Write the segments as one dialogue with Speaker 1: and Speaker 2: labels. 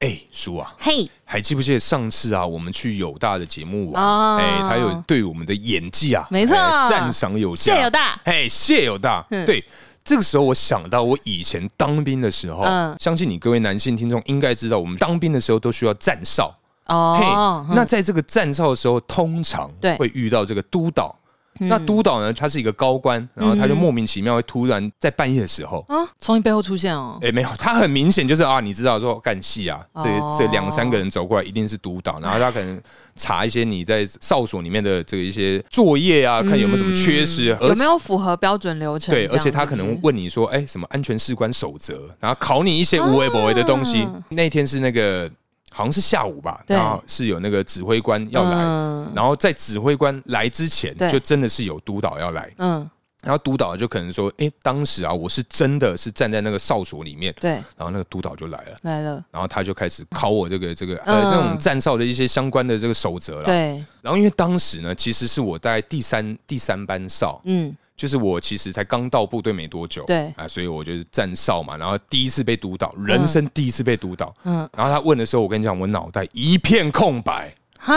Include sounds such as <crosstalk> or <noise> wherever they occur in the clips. Speaker 1: 哎，叔啊，
Speaker 2: 嘿，
Speaker 1: 还记不记得上次啊，我们去友大的节目玩，
Speaker 2: 哦
Speaker 1: 哎、他有对我们的演技啊，
Speaker 2: 没错
Speaker 1: 哎赞赏有加。
Speaker 2: 谢友大，
Speaker 1: 哎，谢友大，
Speaker 2: 嗯
Speaker 1: 对。这个时候，我想到我以前当兵的时候，
Speaker 2: 嗯
Speaker 1: 相信你各位男性听众应该知道，我们当兵的时候都需要站哨。
Speaker 2: 哦，
Speaker 1: 嘿，那在这个站哨的时候，通常
Speaker 2: 对嗯
Speaker 1: 会遇到这个督导。那督导呢，他是一个高官，然后他就莫名其妙会突然在半夜的时候，
Speaker 2: 啊，从你背后出现哦，
Speaker 1: 哎、没有，他很明显就是啊，你知道说干戏啊，这、
Speaker 2: 哦
Speaker 1: 这两三个人走过来一定是督导，然后他可能查一些你在哨所里面的这个一些作业啊，看有没有什么缺失，而
Speaker 2: 嗯有没
Speaker 1: 且
Speaker 2: 有符合标准流程？
Speaker 1: 对，
Speaker 2: 这
Speaker 1: 而
Speaker 2: 样
Speaker 1: 且他
Speaker 2: 子
Speaker 1: 可能问你说，哎、什么安全士官守则，然后考你一些无为不为的东西。
Speaker 2: 啊
Speaker 1: 那天是那个好像是下午吧，
Speaker 2: 对
Speaker 1: 然后是有那个指挥官要来，
Speaker 2: 嗯
Speaker 1: 然后在指挥官来之前，
Speaker 2: 对
Speaker 1: 就真的是有督导要来，
Speaker 2: 嗯，
Speaker 1: 然后督导就可能说，哎、当时啊，我是真的是站在那个哨所里面，
Speaker 2: 对，
Speaker 1: 然后那个督导就来了。
Speaker 2: 来了，
Speaker 1: 然后他就开始考我这个这个呃
Speaker 2: 嗯
Speaker 1: 那种站哨的一些相关的这个守则了。
Speaker 2: 对，
Speaker 1: 然后因为当时呢，其实是我在第三第三班哨，
Speaker 2: 嗯，
Speaker 1: 就是我其实才刚到部队没多久，
Speaker 2: 对
Speaker 1: 啊，所以我就是站哨嘛，然后第一次被督导，人生第一次被督导，嗯
Speaker 2: 嗯，
Speaker 1: 然后他问的时候，我跟你讲，我脑袋一片空白，
Speaker 2: 哈，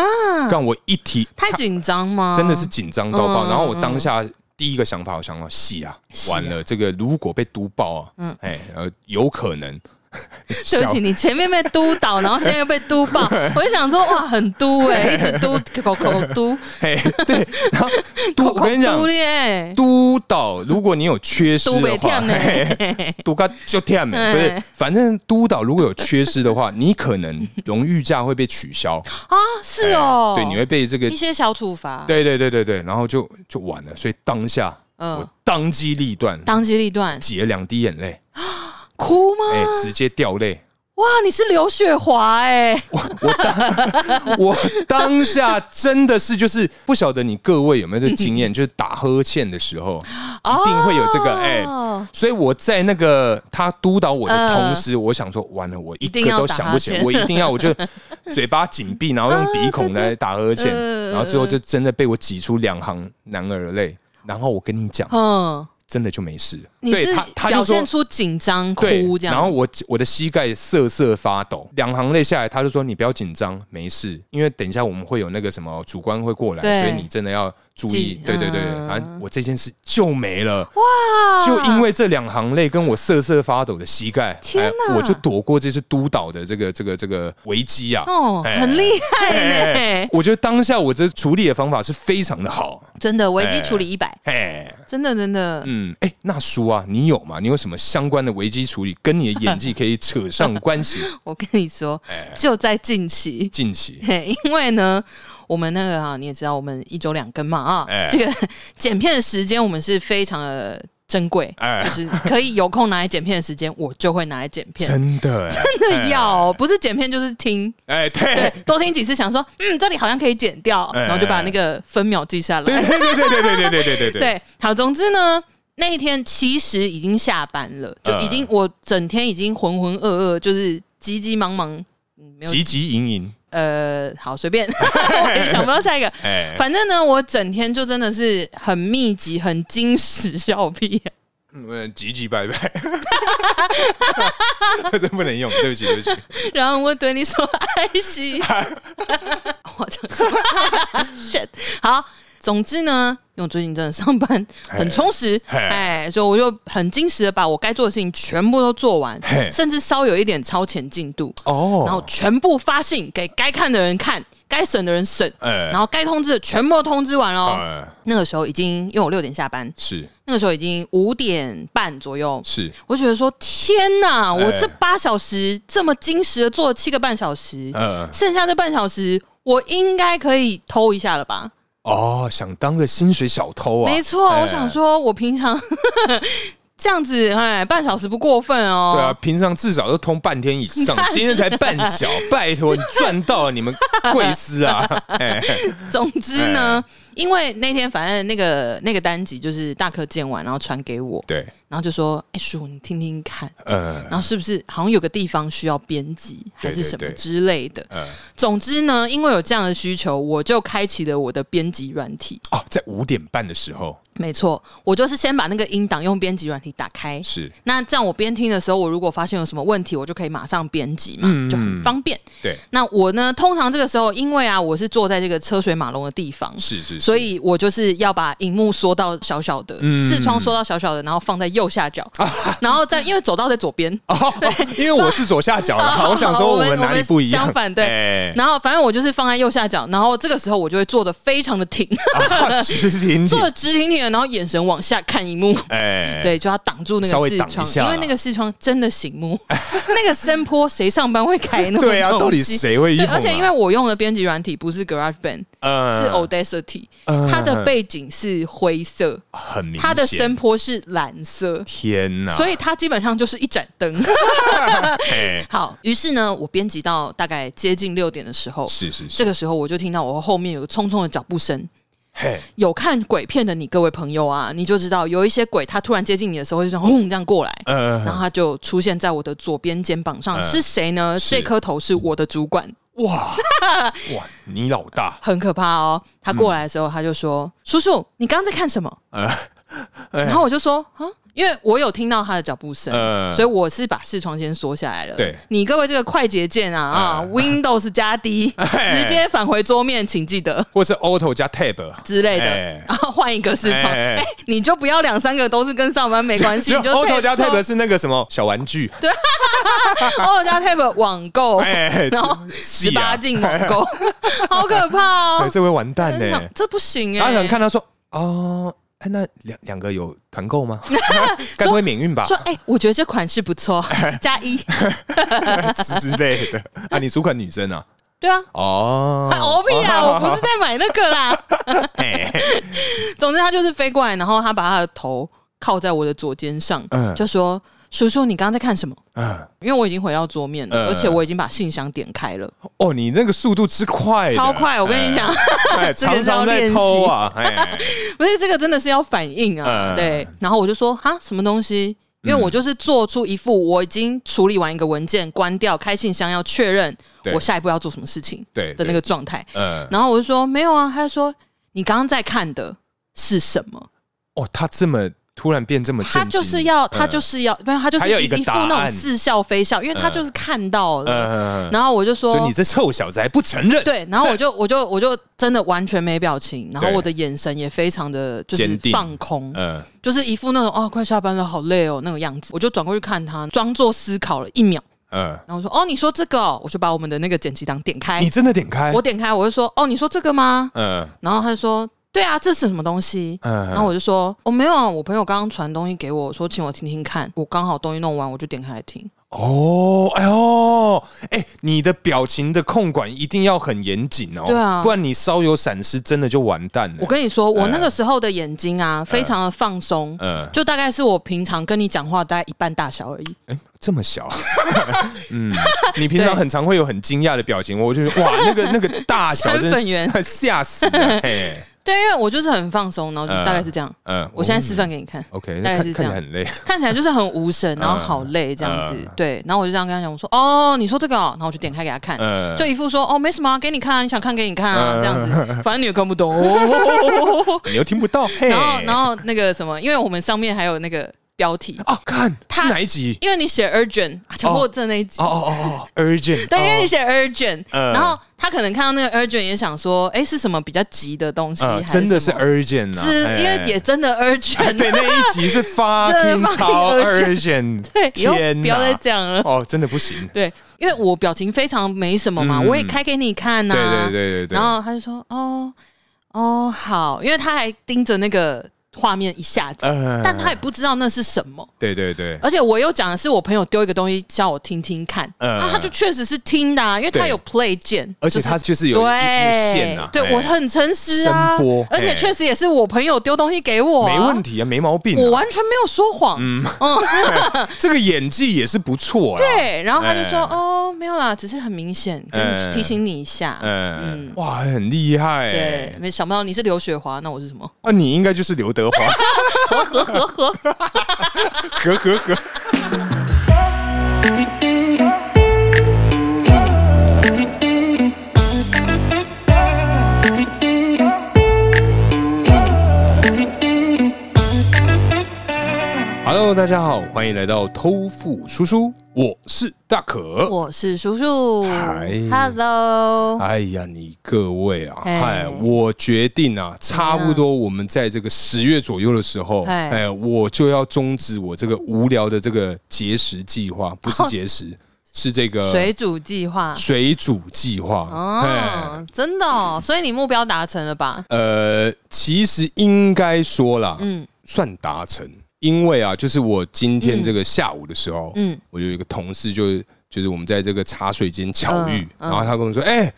Speaker 1: 让我一提，
Speaker 2: 太紧张吗？
Speaker 1: <laughs> 真
Speaker 2: <laughs>
Speaker 1: 的是紧张到爆，
Speaker 2: 嗯
Speaker 1: 然后我当下。第一个想法，我想到戏啊，完了，这个如果被督爆啊，嗯，哎，呃，有可
Speaker 2: <laughs>
Speaker 1: 能，
Speaker 2: 对不
Speaker 1: 小
Speaker 2: 起，你前面被督导，然后现在又被督
Speaker 1: <laughs>
Speaker 2: 爆，我就想说哇，很督哎、一直督口口督，
Speaker 1: 嘿，对，
Speaker 2: <laughs>
Speaker 1: 然后 <laughs> 督
Speaker 2: 口
Speaker 1: 我
Speaker 2: 口
Speaker 1: 跟你讲
Speaker 2: 督，咧，
Speaker 1: 督导，如果你有缺失 <laughs> 的话，
Speaker 2: 督不忝
Speaker 1: 嘿督个就跳没，
Speaker 2: 嘿
Speaker 1: 不是，反正督导如果有缺失的话，你可能荣誉假会被取消，
Speaker 2: 啊，是 <laughs> 哦，
Speaker 1: 哎对，你会被这个
Speaker 2: 一，些小处罚，，
Speaker 1: 对对对对对，然后就就完了，所以当下
Speaker 2: 嗯
Speaker 1: 我哎当机立断，
Speaker 2: 当机立
Speaker 1: <laughs>
Speaker 2: 断，
Speaker 1: 解两滴眼泪，
Speaker 2: 哭吗？
Speaker 1: 哎，直接掉泪，
Speaker 2: 哇，你是刘雪华哎、
Speaker 1: <laughs> 我当下真的是就是不晓得你各位有没有这
Speaker 2: <laughs>
Speaker 1: 经验，就是打呵欠的时候，一定会有这个哎、
Speaker 2: 哦
Speaker 1: 所以我在那个他督导我的同时，我想说完了，我一
Speaker 2: 一定
Speaker 1: 个
Speaker 2: 要
Speaker 1: 都
Speaker 2: 打
Speaker 1: 想不起来，
Speaker 2: 哈欠
Speaker 1: 我一定要，我就嘴巴紧闭，然后用鼻孔来打呵欠，
Speaker 2: <laughs> 嗯
Speaker 1: 然后最后就真的被我挤出两行男儿泪。然后我跟你讲，
Speaker 2: 嗯，
Speaker 1: 真的就没事。
Speaker 2: 你是
Speaker 1: 他，他
Speaker 2: 表
Speaker 1: 就说
Speaker 2: 现出紧张哭
Speaker 1: 对，
Speaker 2: 这样，
Speaker 1: 然后我我的膝盖瑟瑟发抖，两行泪下来，他就说：“你不要紧张，没事，因为等一下我们会有那个什么主观会过来，
Speaker 2: 对
Speaker 1: 所以你真的要注意
Speaker 2: 记。”
Speaker 1: 对对对，
Speaker 2: 嗯
Speaker 1: 反正我这件事就没了，
Speaker 2: 哇
Speaker 1: 就因为这两行泪跟我瑟瑟发抖的膝盖，哎
Speaker 2: 天哪
Speaker 1: 我就躲过这次督导的这个这个这个危机啊！
Speaker 2: 哦，
Speaker 1: 哎
Speaker 2: 很厉害呢、
Speaker 1: 哎我觉得当下我这处理的方法是非常的好，
Speaker 2: 真的危机处理一百、
Speaker 1: 哎。
Speaker 2: 真的真的，
Speaker 1: 嗯，哎、那叔啊，你有吗？你有什么相关的危机处理，跟你的演技可以扯上关
Speaker 2: <laughs>
Speaker 1: 系？
Speaker 2: 我跟你说，
Speaker 1: 哎
Speaker 2: 就在近期，
Speaker 1: 近期，
Speaker 2: 嘿，因为呢，我们那个啊，你也知道，我们一周两更嘛啊，
Speaker 1: 哎
Speaker 2: 这个剪片的时间我们是非常的珍贵，
Speaker 1: 哎
Speaker 2: 就是可以有空拿来剪片的时间，我就会拿来剪片。
Speaker 1: 真的、哎
Speaker 2: 真的要、哦不是剪片就是听，
Speaker 1: 哎、
Speaker 2: <laughs> 对
Speaker 1: 对，，
Speaker 2: 多听几次，想说，嗯，这里好像可以剪掉，
Speaker 1: 哎
Speaker 2: 然后就把那个分秒记下来。
Speaker 1: 对对对对对对对对对对
Speaker 2: 对，好，总之呢，那一天其实已经下班了，
Speaker 1: 呃
Speaker 2: 就已经、我整天已经浑浑噩噩，就是急急忙忙，嗯没有
Speaker 1: 急急营营，
Speaker 2: 呃，好随
Speaker 1: <laughs>
Speaker 2: 便， <laughs> 我也想不到下一个。
Speaker 1: 哎、
Speaker 2: 反正呢，我整天就真的是很密集、很精实 <laughs> 笑屁、
Speaker 1: 嗯，急急
Speaker 2: <laughs>
Speaker 1: 拜拜，这不能用，对不起对不起，
Speaker 2: 然后我对你说爱惜， <laughs> 我就说 shit。好，总之呢，因为我最近真的上班很充实，
Speaker 1: 嘿
Speaker 2: 哎，所以我就很精实的把我该做的事情全部都做完
Speaker 1: 嘿，
Speaker 2: 甚至稍有一点超前进度，
Speaker 1: 哦，
Speaker 2: 然后全部发信给该看的人看，该审的人审，
Speaker 1: 哎
Speaker 2: 然后该通知的全部都通知完喽。
Speaker 1: 哎
Speaker 2: 那个时候已经，因为我六点下班，
Speaker 1: 是
Speaker 2: 那个时候已经五点半左右，
Speaker 1: 是，
Speaker 2: 我觉得说天哪，
Speaker 1: 哎
Speaker 2: 我这八小时这么精实的做了七个半小时，
Speaker 1: 呃，
Speaker 2: 剩下这半小时我应该可以偷一下了吧？
Speaker 1: 哦，想当个薪水小偷啊，
Speaker 2: 没错，
Speaker 1: 哎
Speaker 2: 我想，说我平常 <laughs> 这样子，哎，半小时不过分哦。
Speaker 1: 对啊，，平常至少都通半天
Speaker 2: <laughs>
Speaker 1: 以上，今天才半小，拜托你赚到了你们贵
Speaker 2: <laughs>
Speaker 1: 司啊！哎，
Speaker 2: 总之呢，因为那天反正那个那个单集就是大课见完，然后传给我，
Speaker 1: 对，
Speaker 2: 然后就说：“哎、叔，你听听看，
Speaker 1: 呃
Speaker 2: 然后是不是好像有个地方需要编辑还是什么
Speaker 1: 对对对
Speaker 2: 之类的？”
Speaker 1: 呃，
Speaker 2: 总之呢，因为有这样的需求，我就开启了我的编辑软体。
Speaker 1: 哦，在五点半的时候
Speaker 2: 没错，我就是先把那个音档用编辑软体打开。
Speaker 1: 是
Speaker 2: 那这样我边听的时候，我如果发现有什么问题，我就可以马上编辑嘛，
Speaker 1: 嗯
Speaker 2: 就很方便。
Speaker 1: 对，
Speaker 2: 那我呢，通常这个时候，因为啊，我是坐在这个车水马龙的地方，
Speaker 1: 是是，
Speaker 2: 所以我就是要把荧幕缩到小小的，
Speaker 1: 嗯
Speaker 2: 视窗缩到小小的，然后放在右下
Speaker 1: <laughs>
Speaker 2: 角，然后再因为走道在左边，
Speaker 1: 哦，哦因为我是左下角啦，
Speaker 2: <laughs> 好
Speaker 1: 我想说
Speaker 2: 好
Speaker 1: 我
Speaker 2: 我们
Speaker 1: 们哪里不一样？
Speaker 2: 我们相反对
Speaker 1: 哎
Speaker 2: 然后反正我就是放在右下角，然后这个时候我就会坐的非常的
Speaker 1: <laughs>
Speaker 2: 挺，
Speaker 1: 啊直
Speaker 2: <laughs>
Speaker 1: 挺
Speaker 2: 坐
Speaker 1: 挺
Speaker 2: 的，直挺挺的，然后眼神往下看荧幕。
Speaker 1: 哎，
Speaker 2: 对，就要挡住那
Speaker 1: 稍
Speaker 2: 个
Speaker 1: 微
Speaker 2: 视
Speaker 1: 挡一
Speaker 2: 窗，
Speaker 1: 下
Speaker 2: 因
Speaker 1: 啦
Speaker 2: 为那个视窗真的醒
Speaker 1: <laughs>
Speaker 2: 目，那个声波谁上班会开那种东西？
Speaker 1: 对啊，到底谁会
Speaker 2: 对，
Speaker 1: 用啊？
Speaker 2: 而且因为我用的编辑软体不是 GarageBand，、
Speaker 1: 呃
Speaker 2: 是 Audacity，、
Speaker 1: 嗯
Speaker 2: 它的背景是灰色，
Speaker 1: 很明显，
Speaker 2: 它的声波是蓝色，
Speaker 1: 天哪，
Speaker 2: 所
Speaker 1: 以
Speaker 2: 以它基本上就是一盏
Speaker 1: <laughs>
Speaker 2: 灯。
Speaker 1: 哎
Speaker 2: <laughs> 好，于是呢，我编辑到大概接近六点的时候，
Speaker 1: 是是
Speaker 2: 这
Speaker 1: 是，
Speaker 2: 个时候我就听到我后面有个匆匆的脚步声。
Speaker 1: 嘿，
Speaker 2: 有看鬼片的你各位朋友啊，你就知道有一些鬼，他突然接近你的时候，就这样轰这样过来。
Speaker 1: 呃
Speaker 2: 然后他就出现在我的左边肩膀上，
Speaker 1: 嗯
Speaker 2: 是谁呢？
Speaker 1: 是
Speaker 2: 这颗头是我的主管，
Speaker 1: 哇哇，你老大，
Speaker 2: 很可怕哦。他过来的时候，他就说：“叔叔，你刚刚在看什么？”
Speaker 1: 呃 <laughs> 哎
Speaker 2: 然后我就说：“啊，因为我有听到他的脚步声，
Speaker 1: 嗯
Speaker 2: 所以我是把视窗先缩下来了。
Speaker 1: 对
Speaker 2: 你各位这个快捷键啊啊、
Speaker 1: 嗯哎
Speaker 2: w i n d o w s 加 D，直
Speaker 1: <laughs>
Speaker 2: 接返回桌面，请记得。”
Speaker 1: 或是 Auto 加 Tab。
Speaker 2: 之类的，
Speaker 1: 哎
Speaker 2: 然后换一个视窗，
Speaker 1: 哎
Speaker 2: 哎、你就不要两三个都是跟上班没关系，
Speaker 1: 就
Speaker 2: 你就
Speaker 1: Auto 加
Speaker 2: tab
Speaker 1: Tab 是那个什么小玩具，
Speaker 2: Auto 加 tab 网购，
Speaker 1: 哎
Speaker 2: 然后
Speaker 1: 是
Speaker 2: 十
Speaker 1: 啊
Speaker 2: 八禁网购，好可怕
Speaker 1: 对，
Speaker 2: 哦！
Speaker 1: 这会完蛋呢、
Speaker 2: 想这不行
Speaker 1: 然后
Speaker 2: 哎、
Speaker 1: 可能看到说，哦，哎，那两两个有团购
Speaker 2: <laughs>
Speaker 1: 吗？该不会免运吧
Speaker 2: 说哎、我觉得这款式不
Speaker 1: <laughs>
Speaker 2: 错，加一，
Speaker 1: 之类的 <laughs> 啊？你主管女生啊？
Speaker 2: 对啊。
Speaker 1: 哦
Speaker 2: 啊，欧比啊，我不是在买那个啦。
Speaker 1: <laughs> 哎
Speaker 2: <laughs> 总之，他就是飞过来，然后他把他的头靠在我的左肩上，
Speaker 1: 嗯
Speaker 2: 就说：“叔叔，你刚刚在看什么
Speaker 1: 嗯，？”
Speaker 2: 因为我已经回到桌面了，
Speaker 1: 嗯
Speaker 2: 而且我已经把信箱点开了，
Speaker 1: 哦，你那个速度之快的，
Speaker 2: 超快！我跟你讲，
Speaker 1: 哎，哎
Speaker 2: 这个
Speaker 1: 常
Speaker 2: 是要
Speaker 1: 常在
Speaker 2: 练习
Speaker 1: 偷啊，哎，
Speaker 2: <laughs> 不是这个真的是要反应啊，
Speaker 1: 嗯
Speaker 2: 对。然后我就说哈，什么东西？因为我就是做出一副我已经处理完一个文件，关掉开信箱，要确认
Speaker 1: 对
Speaker 2: 我下一步要做什么事情
Speaker 1: 对
Speaker 2: 的那个，状态。
Speaker 1: 对嗯，
Speaker 2: 然后我就说没有啊，他就说你刚刚在看的是什么？
Speaker 1: 哦，他这么突然变这么嗯震惊，，
Speaker 2: 他就是要，他就是是要，没有，他就是
Speaker 1: 还有一个
Speaker 2: 副
Speaker 1: 答案
Speaker 2: 那种似笑非笑，因为他就是看到了。
Speaker 1: 嗯，
Speaker 2: 然后我就
Speaker 1: 就
Speaker 2: 说
Speaker 1: 你这臭小子还不承认，
Speaker 2: 对，然后我就
Speaker 1: <laughs>
Speaker 2: 我就我就真的完全没表情，然后
Speaker 1: 对
Speaker 2: 我的眼神也非常的就是
Speaker 1: 坚定
Speaker 2: 放空，
Speaker 1: 嗯，
Speaker 2: 就是一副那种哦，快下班了，好累哦那个样子。我就转过去看他，装作思考了一秒，
Speaker 1: 嗯
Speaker 2: 然后说：“哦，你说这个、哦。”我就把我们的那个剪辑档点开
Speaker 1: 你，真的点开
Speaker 2: 哎我，点开，我就说：“哦，你说这个吗
Speaker 1: 嗯？”
Speaker 2: 然后他就说：“对啊，这是什么东西？”
Speaker 1: 嗯，
Speaker 2: 然后我就说：“哦，没有啊，我朋友刚刚传东西给我，说请我听听看。我刚好东西弄完，我就点开来听。
Speaker 1: 哦，哎呦，哎，你的表情的控管一定要很严谨哦，
Speaker 2: 对啊
Speaker 1: 不然你稍有闪失，真的就完蛋了。
Speaker 2: 我跟你说，我那个时候的眼睛
Speaker 1: 嗯
Speaker 2: 啊，非常的放松，
Speaker 1: 呃，
Speaker 2: 就大概是我平常跟你讲话大概一半大小而已。
Speaker 1: 哎，这么小， <laughs> 嗯，你平常很常会有很惊讶的表情，我就哇，那个那个
Speaker 2: <laughs>
Speaker 1: 大小真
Speaker 2: 山粉圆
Speaker 1: 是 <laughs> 吓死
Speaker 2: <laughs>
Speaker 1: 了，嘿，
Speaker 2: 对，因为我就是很放松，然后就大概是这样。
Speaker 1: 嗯，
Speaker 2: 我现在示范给你看。
Speaker 1: ，OK，
Speaker 2: 大概
Speaker 1: 那
Speaker 2: 是这
Speaker 1: 看看起
Speaker 2: 样
Speaker 1: 来
Speaker 2: <laughs>
Speaker 1: 很累，
Speaker 2: 看起来就是很无
Speaker 1: 嗯
Speaker 2: 神，然后好累这样子。对，然后我就这样跟他讲，我说：“哦，你说这个、哦。”然后我就点开给他看，
Speaker 1: 嗯
Speaker 2: 就一副说：“哦，没什么、啊，给你看、啊，你想看给你看啊，
Speaker 1: 嗯
Speaker 2: 这样子。”反正你也看不
Speaker 1: <laughs>
Speaker 2: 懂。哦
Speaker 1: 你又听不
Speaker 2: <laughs>
Speaker 1: 到，嘿，
Speaker 2: 然后，然后那个什么，因为我们上面还有那个标题，
Speaker 1: 啊，看
Speaker 2: 他
Speaker 1: 是哪一集？
Speaker 2: 因为你写 urgent 啊强迫症那一集
Speaker 1: 哦。哦哦哦，Urgent，
Speaker 2: 对，因为你
Speaker 1: 哦
Speaker 2: 写 urgent，、
Speaker 1: 嗯
Speaker 2: 然后他可能看到那个 urgent 也想说，哎，是什么比较急的东西？还
Speaker 1: 呃真的是
Speaker 2: 什么
Speaker 1: Urgent 啊，
Speaker 2: 是因
Speaker 1: 嘿
Speaker 2: 为也真的 urgent，、
Speaker 1: 哎对，那一集是 fucking
Speaker 2: fucking
Speaker 1: 超
Speaker 2: urgent
Speaker 1: urgent，
Speaker 2: 对， <laughs> 以后
Speaker 1: 天哪
Speaker 2: 不要再讲了。
Speaker 1: 哦，真的不行。
Speaker 2: 对，因为我表情非常没什么嘛，
Speaker 1: 嗯
Speaker 2: 我也开给你看呐、
Speaker 1: 对对对对对，
Speaker 2: 然后他就说：“哦，哦，好。”因为他还盯着那个画面一下子，
Speaker 1: 嗯
Speaker 2: 但他也不知道那是什么。
Speaker 1: 对对对，
Speaker 2: 而且我又讲的是我朋友丢一个东西叫我听听看，
Speaker 1: 嗯
Speaker 2: 啊，他就确实是听的、啊，因为他
Speaker 1: 对
Speaker 2: 有 play 键，
Speaker 1: 而且
Speaker 2: 是
Speaker 1: 他就是有一一条线啊
Speaker 2: 对，
Speaker 1: 哎
Speaker 2: 对我很诚实啊
Speaker 1: 声波，哎
Speaker 2: 而且确实也是我朋友丢东西给我、
Speaker 1: 没问
Speaker 2: 题、
Speaker 1: 题啊，没毛病、
Speaker 2: 我
Speaker 1: 啊。
Speaker 2: 完全没有说谎，嗯，
Speaker 1: 这个演技也是不错啦。
Speaker 2: 对，然后他就说、
Speaker 1: 哎
Speaker 2: 哦，没有啦，只是很明显，跟
Speaker 1: 哎
Speaker 2: 你提醒你一下，
Speaker 1: 嗯，哇，很厉害、欸。
Speaker 2: 对，没想不到你是刘雪华，那我是什么？
Speaker 1: 啊，你应该就是刘德华。和和和和和和和。Hello，大家好，欢迎来到偷富叔叔，我是大可，
Speaker 2: 我是叔叔
Speaker 1: 嗨
Speaker 2: ，Hello，
Speaker 1: 哎呀，你各位啊，
Speaker 2: 哦哎
Speaker 1: 哎，我决定啊，差不多我们在这个十月左右的时候，
Speaker 2: 哎
Speaker 1: 哎，我就要终止我这个无聊的这个节食计
Speaker 2: <laughs>
Speaker 1: 划，不是节食，是这个
Speaker 2: 水煮计划
Speaker 1: 水煮计划。哎，
Speaker 2: 哦，真的哦，所以你目标达成了吧？
Speaker 1: 呃，其实应该说啦，
Speaker 2: 嗯
Speaker 1: 算达成，因为啊，就是我今天
Speaker 2: 嗯
Speaker 1: 这个下午的时候，
Speaker 2: 嗯，
Speaker 1: 我有一个同事就就是我们在这个茶水间巧遇，
Speaker 2: 嗯嗯
Speaker 1: 然后他跟我说，哎、哎，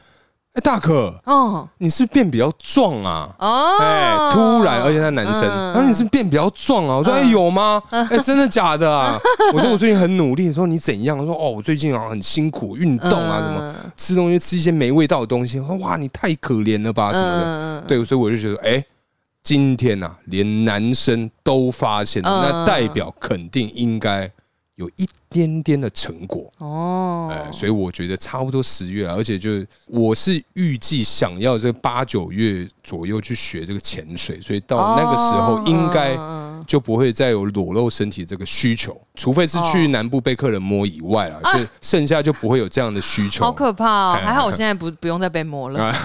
Speaker 1: 大可，
Speaker 2: 哦
Speaker 1: 你是不是变比较壮啊？
Speaker 2: 哦，
Speaker 1: 哎，突然，而且他男生，
Speaker 2: 嗯
Speaker 1: 他说你是变比较壮啊？我说哎有吗？哎真的假的啊？我说我最近很努力，说你怎样？他说哦我最近啊很辛苦，运动
Speaker 2: 嗯
Speaker 1: 啊什么，
Speaker 2: 么
Speaker 1: 吃东西吃一些没味道的东西。我说哇你太可怜
Speaker 2: 嗯
Speaker 1: 了啊吧什么的。
Speaker 2: 的，
Speaker 1: 对，所以我就觉得哎。今天呐、啊，连男生都发现了，
Speaker 2: 嗯
Speaker 1: 那代表肯定应该有一点点的成果，
Speaker 2: 哦
Speaker 1: 哎、，所以我觉得差不多十月啊，而且就是我是预计想要这八九月左右去学这个潜水，所以到那个时候应该
Speaker 2: 哦
Speaker 1: 就不会再有裸露身体这个需求，除非是去
Speaker 2: 哦
Speaker 1: 南部被客人摸以外啊，就剩下就不会有这样的需求。
Speaker 2: 好可怕哦！
Speaker 1: 哎
Speaker 2: 还好我现在不不用再被摸了。
Speaker 1: 啊！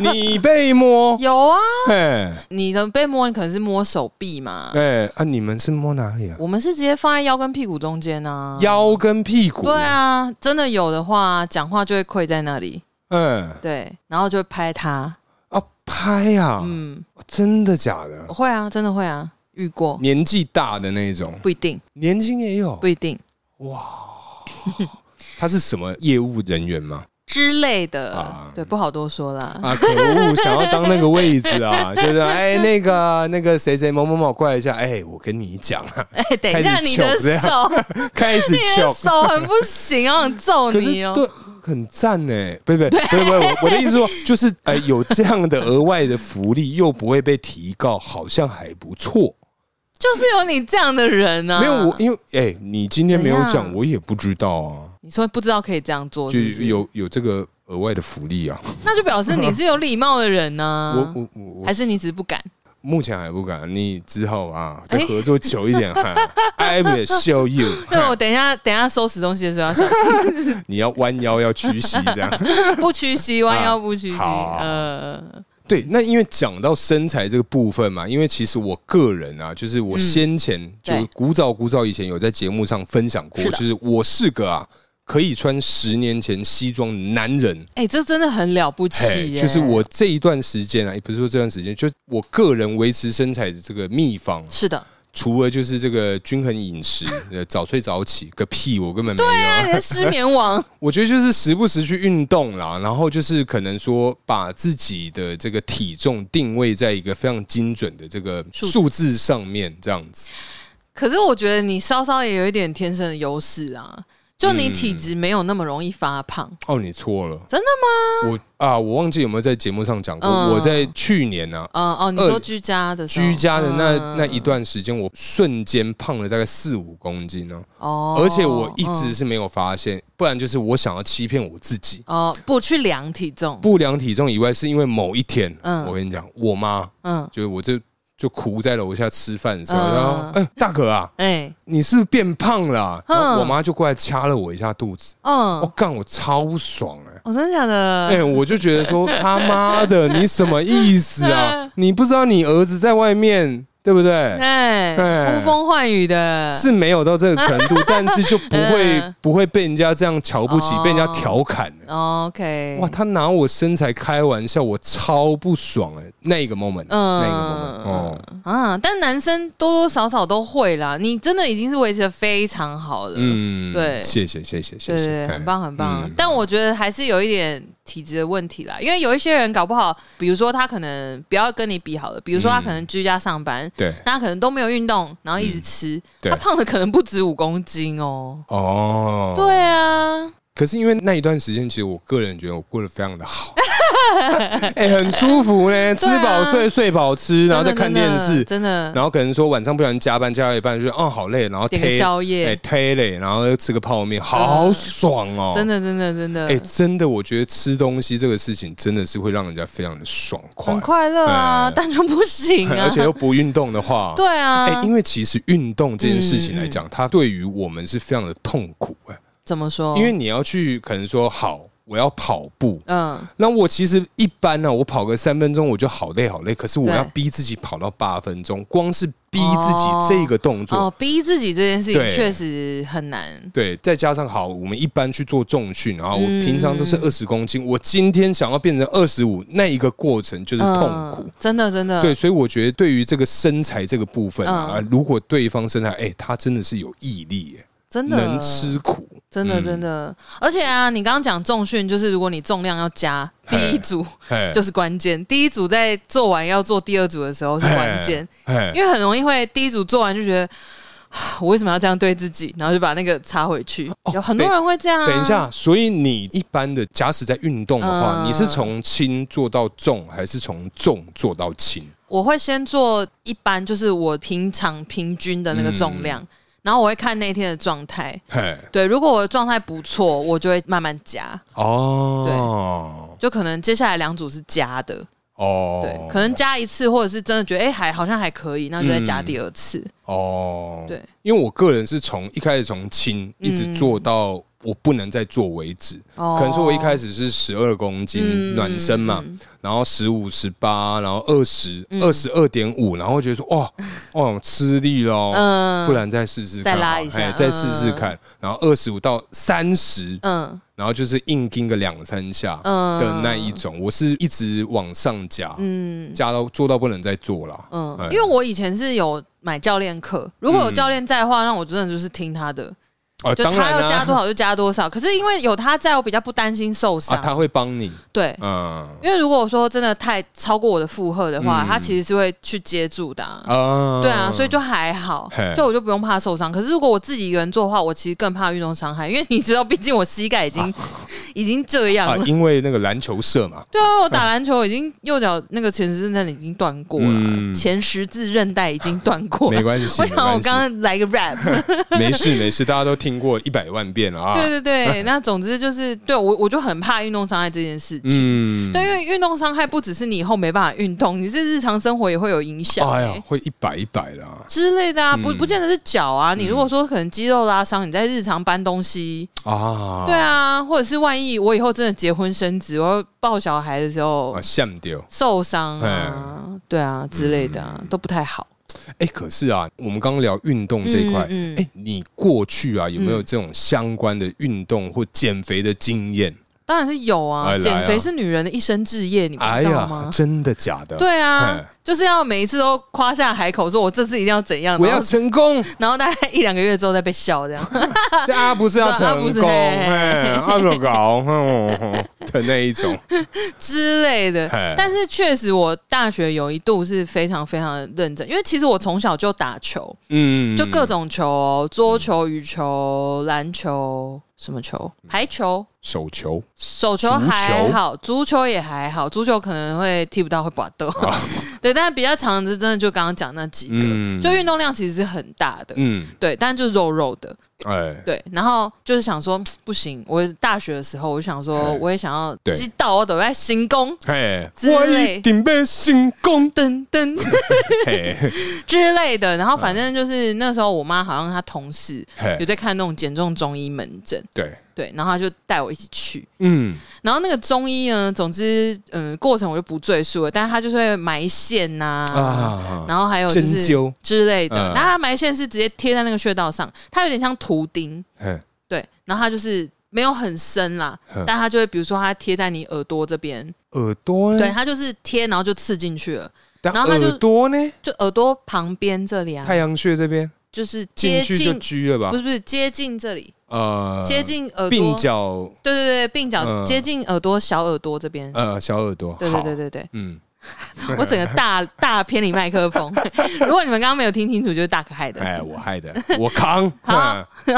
Speaker 1: 你
Speaker 2: <laughs>
Speaker 1: 被摸，
Speaker 2: 有啊，
Speaker 1: 哎
Speaker 2: 你的被摸，你可能是摸手臂嘛，
Speaker 1: 哎啊！你们是摸哪里啊？
Speaker 2: 我们是直接放在腰跟屁股中间啊。
Speaker 1: 腰跟屁股。
Speaker 2: 对，啊，真的有的话，讲话就会跪在那里，
Speaker 1: 嗯
Speaker 2: 对，然后就会拍他，
Speaker 1: 啊，拍呀，
Speaker 2: 嗯，
Speaker 1: 真的假的？
Speaker 2: 会啊，真的会啊，遇过，
Speaker 1: 年纪大的那种，
Speaker 2: 不一定，
Speaker 1: 年轻也有
Speaker 2: 不。一定
Speaker 1: 他是什么业务人员吗？
Speaker 2: 之类
Speaker 1: 啊
Speaker 2: 的，对，不好多说啦。
Speaker 1: 啊，可恶，想要当那个位
Speaker 2: <laughs>
Speaker 1: 置啊，就是哎，那个那个谁谁某某某过来一下，哎，我跟你讲
Speaker 2: <laughs>
Speaker 1: 啊，
Speaker 2: 哎，等一下，
Speaker 1: 开始
Speaker 2: 你的
Speaker 1: 糗 <laughs> 这样
Speaker 2: 手，
Speaker 1: 开始
Speaker 2: 你的
Speaker 1: 糗，
Speaker 2: 手很不行，我想揍
Speaker 1: 可是
Speaker 2: 你哦。
Speaker 1: 对。很赞呢，不是不是不是不是，我我的意思说，就是哎，有这样的额外的福利，又不会被提告，好像还不错。
Speaker 2: 就是有你这样的人啊。
Speaker 1: 没有我，因为哎，你今天没有
Speaker 2: 怎
Speaker 1: 讲，
Speaker 2: 样
Speaker 1: 我也不知道啊，
Speaker 2: 你说不知道可以这样做
Speaker 1: 就是
Speaker 2: 不是，
Speaker 1: 有有这个额外的福利啊。
Speaker 2: 那就表示你是有礼貌的人呐、
Speaker 1: <laughs> 我我我我
Speaker 2: 还是你只是不
Speaker 1: <laughs>
Speaker 2: 敢？
Speaker 1: 目前还不敢，你之后啊，
Speaker 2: 哎
Speaker 1: 再合作久一点哈。I will show you，
Speaker 2: <laughs> 对我等一下等一下收拾东西的时候要小心，
Speaker 1: 你要弯腰要屈膝这
Speaker 2: <laughs>
Speaker 1: 样。 <laughs>
Speaker 2: 不屈膝，弯腰不屈膝。
Speaker 1: 啊好
Speaker 2: 呃，
Speaker 1: 对，那因为讲到身材这个部分嘛，因为其实我个人啊，就是我先前就
Speaker 2: 嗯对
Speaker 1: 古早古早以前有在节目上分享过，
Speaker 2: 是
Speaker 1: 就
Speaker 2: 的
Speaker 1: 是我是个啊可以穿十年前西装的男人。
Speaker 2: 哎、这真的很了不
Speaker 1: 嘿
Speaker 2: 起、耶
Speaker 1: 就是我这一段时间啊，也不是说这段时间，就是我个人维持身材的这个秘方，
Speaker 2: 是
Speaker 1: <laughs>
Speaker 2: 的，
Speaker 1: 除了就是这个均衡饮食，呃，早睡早起，个屁，我根本没有。
Speaker 2: 那啊
Speaker 1: <laughs>
Speaker 2: 你是失眠王
Speaker 1: 我觉得就是时不时去运动啦，然后就是可能说把自己的这个体重定位在一个非常精准的这个
Speaker 2: 数字
Speaker 1: 数字上面，这样子。
Speaker 2: 可是我觉得你稍稍也有一点天生的优势啊，就你体质没有那么容易发胖。
Speaker 1: 哦，你错了，
Speaker 2: 真
Speaker 1: 的吗？我啊，我忘记有没有在节目上讲过，
Speaker 2: 嗯
Speaker 1: 我在去年啊。
Speaker 2: 嗯、哦，你
Speaker 1: 呃
Speaker 2: 说居家的时候
Speaker 1: 居家的那、
Speaker 2: 嗯
Speaker 1: 那一段时间，我瞬间胖了大概四五公斤呢、
Speaker 2: 哦
Speaker 1: 而且我一
Speaker 2: 嗯
Speaker 1: 直是没有发现，不然就是我想要欺骗我自己。
Speaker 2: 哦，不去量体重，
Speaker 1: 不良体重以外，是因为某一天，
Speaker 2: 嗯
Speaker 1: 我跟你讲，我妈
Speaker 2: 嗯，
Speaker 1: 就是我就就哭在楼下吃饭的时候，
Speaker 2: 嗯
Speaker 1: 然后哎、大可啊，
Speaker 2: 哎、
Speaker 1: 你是不是变胖了啊、
Speaker 2: 嗯
Speaker 1: 然后我妈就过来掐了我一下肚子，
Speaker 2: 嗯，
Speaker 1: 我、干我超爽哎、
Speaker 2: 哦，真的假的？
Speaker 1: 哦哎、我
Speaker 2: <laughs>
Speaker 1: 就
Speaker 2: 嗯
Speaker 1: 觉得说他妈的，你什么意思啊？你不知道你儿子在外面对不对？
Speaker 2: 哎，
Speaker 1: 对
Speaker 2: 呼风唤雨的，
Speaker 1: 是没有到这个程
Speaker 2: <laughs>
Speaker 1: 度，但是就不会
Speaker 2: 嗯
Speaker 1: 不会被人家这样瞧不起
Speaker 2: 哦，
Speaker 1: 被人家调侃。
Speaker 2: OK，
Speaker 1: 哇，他拿我身材开玩笑，我超不爽哎！那个 moment，那
Speaker 2: 嗯
Speaker 1: 个 moment，哦，
Speaker 2: 啊，但男生多多少少都会啦。你真的已经是维持的非常好了，嗯，
Speaker 1: 嗯，
Speaker 2: 对
Speaker 1: 谢谢谢谢谢
Speaker 2: 对对对，
Speaker 1: 谢，
Speaker 2: 很棒很棒。
Speaker 1: 嗯
Speaker 2: 但我觉得还是有一点体质的问题啦，因为有一些人搞不好，比如说他可能不要跟你比好了，比如说他可能居家上班，
Speaker 1: 对
Speaker 2: 那他可能都没有运动，然后一直吃，
Speaker 1: 嗯对
Speaker 2: 他胖的可能不止五公斤哦。
Speaker 1: 哦，
Speaker 2: 对啊，
Speaker 1: 可是因为那一段时间，其实我个人觉得我过得非常
Speaker 2: <laughs>
Speaker 1: 的好，哎、很舒服呢，吃
Speaker 2: 对啊
Speaker 1: 饱睡，睡饱吃，然后再看
Speaker 2: 真的
Speaker 1: 电视，
Speaker 2: 真的，
Speaker 1: 然后可能说晚上不小心加班加到一半，就觉得哦好累，然后
Speaker 2: 点个
Speaker 1: 推
Speaker 2: 宵夜嗯
Speaker 1: 哎推嘞，然后又吃个泡面，好爽哦，
Speaker 2: 真。的真的真的，
Speaker 1: 哎、真的，我觉得吃东西这个事情真的是会让人家非常的爽快，
Speaker 2: 很快乐啊，
Speaker 1: 哎
Speaker 2: 但就不行啊，
Speaker 1: <laughs> 而且又不运动的话，
Speaker 2: 对啊，
Speaker 1: 哎、因为其实运动这件事情来
Speaker 2: 嗯嗯
Speaker 1: 讲，它对于我们是非常的痛苦哎、
Speaker 2: 怎么说？
Speaker 1: 因为你要去可能说好，我要跑步，
Speaker 2: 嗯，
Speaker 1: 那我其实一般呢、我跑个三分钟我就好累好累，可是我
Speaker 2: 对
Speaker 1: 要逼自己跑到八分钟，光是逼自己这个动作，
Speaker 2: 哦，逼自己这件事情
Speaker 1: 对
Speaker 2: 确实很难。
Speaker 1: 对，再加上好，我们一般去做重训，然后我
Speaker 2: 嗯
Speaker 1: 平常都是二十公斤，我今天想要变成二十五，那一个过程就是痛苦。
Speaker 2: 嗯真的真的。
Speaker 1: 对，所以我觉得对于这个身材这个部分啊，
Speaker 2: 嗯
Speaker 1: 如果对方身材，哎、他真的是有毅力、哎
Speaker 2: 真的
Speaker 1: 能吃，苦，
Speaker 2: 真的
Speaker 1: 嗯
Speaker 2: 真的。而且啊，你刚刚讲重训，就是如果你重量要加，第
Speaker 1: 嘿
Speaker 2: 一组
Speaker 1: 哎，
Speaker 2: 就是关键。第一组在做完要做第二组的时候是关键，
Speaker 1: 哎，
Speaker 2: 因为很容易会第一组做完就觉得。 <sighs> 啊我为什么要这样对自己？然后就把那个插回去。有很多
Speaker 1: 对
Speaker 2: 人会这样、啊。
Speaker 1: 哦等一，下，所以你一般的假使在运动的话，
Speaker 2: 嗯
Speaker 1: 你是从轻做到重，还是从重做到轻？
Speaker 2: 我会先做一般，就是我平常平均的那个重
Speaker 1: 嗯
Speaker 2: 量，然后我会看那天的状态。
Speaker 1: 嘿，
Speaker 2: 对，如果我的状态不错，我就会慢慢加，
Speaker 1: 哦，
Speaker 2: 就可能接下来两组是加的，
Speaker 1: 哦，
Speaker 2: 对，可能加一次，或者是真的觉得哎、还好像还可以，那就再
Speaker 1: 嗯
Speaker 2: 加第二次。
Speaker 1: 哦，
Speaker 2: 对，
Speaker 1: 因为我个人是从一开始从轻一直
Speaker 2: 嗯
Speaker 1: 做到我不能再做为止。
Speaker 2: 哦
Speaker 1: 可能说我一开始是十二公
Speaker 2: 嗯
Speaker 1: 斤暖身嘛，
Speaker 2: 嗯
Speaker 1: 然后十五、十八，然后二十、二十二点五，然后觉得说 <laughs> 哇，哇吃力咯，
Speaker 2: 嗯
Speaker 1: 哦不然再试试看
Speaker 2: 再
Speaker 1: 好了，
Speaker 2: 拉一下
Speaker 1: 嘿再试试
Speaker 2: 嗯
Speaker 1: 看。然后二十五到三十，
Speaker 2: 嗯
Speaker 1: 然后就是硬盯个两三下
Speaker 2: 嗯
Speaker 1: 的那一种，我是一直往上加，
Speaker 2: 嗯
Speaker 1: 加到做到不能再做了。
Speaker 2: 嗯
Speaker 1: 哎，嗯
Speaker 2: 因为我以前是有买教练课，如果有教练在的话，那我真的就是听他的，
Speaker 1: 啊，
Speaker 2: 就
Speaker 1: 当
Speaker 2: 他
Speaker 1: 然
Speaker 2: 要加多
Speaker 1: 啊，
Speaker 2: 少就加多少。可是因为有他在，我比较不担心受
Speaker 1: <laughs> 啊，
Speaker 2: 伤。
Speaker 1: 他会帮你，
Speaker 2: 对。
Speaker 1: 嗯。
Speaker 2: 哎因为如果说真的太超过我的负荷的话，
Speaker 1: 嗯
Speaker 2: 他其实是会去接住的、啊。
Speaker 1: 啊
Speaker 2: 对啊，所以就还好
Speaker 1: 嘿，
Speaker 2: 就我就不用怕受伤。可是如果我自己一个人做的话，我其实更怕运动伤害，因为你知道，毕竟我膝盖已经、 <laughs> 已经这样
Speaker 1: 啊
Speaker 2: 了。，
Speaker 1: 因为那个篮球社嘛，
Speaker 2: 对啊，我打篮球已经右脚那个前十字韧带已经断过了，
Speaker 1: 嗯
Speaker 2: 前十字韧带已经断过了。
Speaker 1: 没关系
Speaker 2: <laughs> <laughs> 我想我
Speaker 1: 没关系
Speaker 2: 刚刚来个 rap，
Speaker 1: 没事没事，大家都听过一百万遍了 <laughs> 啊。
Speaker 2: 对对对。那总之就是，对我我就很怕运动伤害这件事情。
Speaker 1: 嗯
Speaker 2: 对，因为运动伤害不只是你以后没办法运动，你是日常生活也会有影响、
Speaker 1: 哎
Speaker 2: 欸
Speaker 1: 呀，会一百一百的啊
Speaker 2: 之类的啊，不
Speaker 1: 嗯
Speaker 2: 不见得是脚啊。你如果说可能肌肉拉伤，你在日常搬东西，
Speaker 1: 啊，
Speaker 2: 对啊，或者是万一我以后真的结婚生子，我要抱小孩的时候
Speaker 1: 啊，像掉。
Speaker 2: 受伤啊，对啊之类的
Speaker 1: 嗯
Speaker 2: 啊，都不太好。
Speaker 1: 哎，可是啊，我们刚刚聊运动这一块，
Speaker 2: 嗯嗯嗯
Speaker 1: 哎，你过去啊有没有这种相关的运动或减肥的经验？
Speaker 2: 当然是有啊，
Speaker 1: 哎来啊
Speaker 2: 减肥是女人的一生志业，你不
Speaker 1: 哎
Speaker 2: 知道
Speaker 1: 呀
Speaker 2: 吗，？
Speaker 1: 真的假的？，
Speaker 2: 对啊
Speaker 1: 哎，
Speaker 2: 就是要每一次都夸下海口，说我这次一定要怎样，
Speaker 1: 我
Speaker 2: 然
Speaker 1: 要
Speaker 2: 后 <laughs>
Speaker 1: 成功，
Speaker 2: 然后大概一两个月之后再被笑这样。
Speaker 1: <laughs> 啊，不是要
Speaker 2: 是啊不
Speaker 1: 成
Speaker 2: 是
Speaker 1: 功，
Speaker 2: 嘿
Speaker 1: 哎，阿不搞嗯的那
Speaker 2: <laughs>
Speaker 1: 一种，
Speaker 2: 之类的
Speaker 1: 嘿。
Speaker 2: 但是确实，我大学有一度是非常非常认真，因为其实我从小就打球，
Speaker 1: 嗯，
Speaker 2: 就各种球哦、桌球、羽球、篮球，什么球，排球。
Speaker 1: 手球，
Speaker 2: 手球
Speaker 1: 嗯足球
Speaker 2: 还好，足球也还好，足球可能会踢不到会拔豆， <laughs> 对，但是比较长的真的就刚刚讲那几个，
Speaker 1: 哦嗯
Speaker 2: 就运动量其实是很大的，
Speaker 1: 嗯，
Speaker 2: 对，但就是肉肉的，
Speaker 1: 哎，
Speaker 2: 对，然后就是想说嗯不行，我大学的时候我就想说
Speaker 1: 嘿
Speaker 2: 我也想要
Speaker 1: 嗯对
Speaker 2: 知道我都在行功，
Speaker 1: 嘿，
Speaker 2: 之类
Speaker 1: 我一定被成功。
Speaker 2: <laughs> 噔
Speaker 1: <laughs>
Speaker 2: 噔
Speaker 1: 嘿，
Speaker 2: 之类的。然后
Speaker 1: 嗯
Speaker 2: 反正就是那时候我妈好像她同事
Speaker 1: 嘿
Speaker 2: 有在看那种减重中医门诊，
Speaker 1: 对，
Speaker 2: 对，然后他就带我一起去。
Speaker 1: 嗯，
Speaker 2: 然后那个中医呢，总之，嗯，过程我就不赘述了，但是他就是会埋线呐、
Speaker 1: 啊
Speaker 2: 然后还有就
Speaker 1: 针
Speaker 2: 是
Speaker 1: 灸
Speaker 2: 之类的。
Speaker 1: 嗯
Speaker 2: 然后他埋线是直接贴在那个穴道上，它有点像图钉，
Speaker 1: 嘿
Speaker 2: 对。然后它就是没有很深啦，
Speaker 1: 嗯
Speaker 2: 但它就会比如说它贴在你耳朵这边，
Speaker 1: 耳朵
Speaker 2: 对，
Speaker 1: 呢？
Speaker 2: 它就是贴，然后就刺进去了，
Speaker 1: 但
Speaker 2: 然后他就
Speaker 1: 耳朵呢？
Speaker 2: 就耳朵旁边这里啊
Speaker 1: 太，阳穴这边
Speaker 2: 就是接
Speaker 1: 进去就
Speaker 2: 近，
Speaker 1: 狙了吧
Speaker 2: 不？是不是接近这里，
Speaker 1: 呃，
Speaker 2: 接近耳朵，
Speaker 1: 鬓角，
Speaker 2: 对对对，鬓角、
Speaker 1: 嗯
Speaker 2: 接近耳朵小耳朵这边，
Speaker 1: 呃，小耳朵。
Speaker 2: 嗯对对对
Speaker 1: 对，
Speaker 2: 对
Speaker 1: <laughs>
Speaker 2: 对。
Speaker 1: 嗯，
Speaker 2: 我整个大大偏离麦克
Speaker 1: <laughs>
Speaker 2: 风。如果你们刚刚没有听清楚，就是大可害的。
Speaker 1: 哎，我
Speaker 2: <laughs>
Speaker 1: 害的，我扛。
Speaker 2: 好
Speaker 1: 嗯，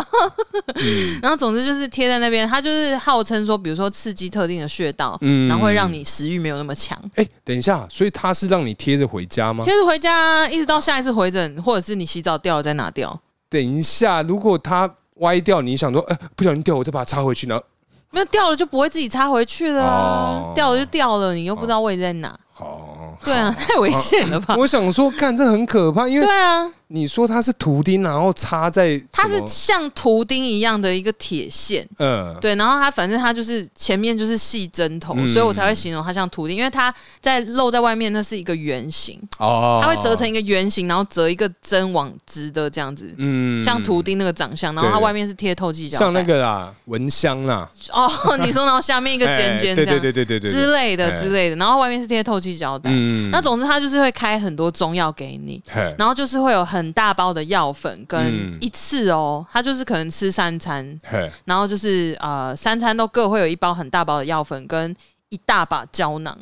Speaker 1: 嗯
Speaker 2: 然后总之就是贴在那边，它就是号称说，比如说刺激特定的穴道，
Speaker 1: 嗯
Speaker 2: 然后会让你食欲没有那么强。
Speaker 1: 哎，等一下，所以他是让你贴着回家吗
Speaker 2: 贴？着回家，一直到下一次回诊，或者是你洗澡掉了再拿掉。
Speaker 1: 等一下，如果他歪掉，你想说，呃，不小心掉，我再把它插回去，然后
Speaker 2: 没有掉了就不会自己插回去了啊、
Speaker 1: 哦
Speaker 2: 掉了就掉了，你又不知道位置在哪。
Speaker 1: 好。
Speaker 2: 对啊，太危险了吧？
Speaker 1: 我想说，看这很可怕，因
Speaker 2: 对
Speaker 1: 哦 <laughs> 为
Speaker 2: 啊，
Speaker 1: 你说它是图钉，然后插在什
Speaker 2: 它是
Speaker 1: 么
Speaker 2: 像图钉一样的一个铁线，
Speaker 1: 嗯，
Speaker 2: 对，然后它反正它就是前面就是细针头，
Speaker 1: 嗯
Speaker 2: 所以我才会形容它像图钉，因为它在露在外面那是一个圆形，
Speaker 1: 哦
Speaker 2: 它会折成一个圆形，然后折一个针往直的这样子，
Speaker 1: 嗯
Speaker 2: 像图钉那个长相，然后它
Speaker 1: 对
Speaker 2: 外面是贴透气胶带，
Speaker 1: 像那个啦，蚊香啦，
Speaker 2: <laughs> 哦，你说然后下面一个尖尖
Speaker 1: 哎
Speaker 2: 这
Speaker 1: 对
Speaker 2: 样，
Speaker 1: 对对对对对，
Speaker 2: 之
Speaker 1: 类，
Speaker 2: 类的
Speaker 1: 哎
Speaker 2: 之类的，然后外面是贴透气胶带，
Speaker 1: 嗯
Speaker 2: 那总之它就是会开很多中药给你，
Speaker 1: 嘿
Speaker 2: 然后就是会有很大包的药粉跟
Speaker 1: 嗯
Speaker 2: 一次哦，它就是可能吃三餐，
Speaker 1: 嘿
Speaker 2: 然后就是呃三餐都各会有一包很大包的药粉跟一大把胶囊，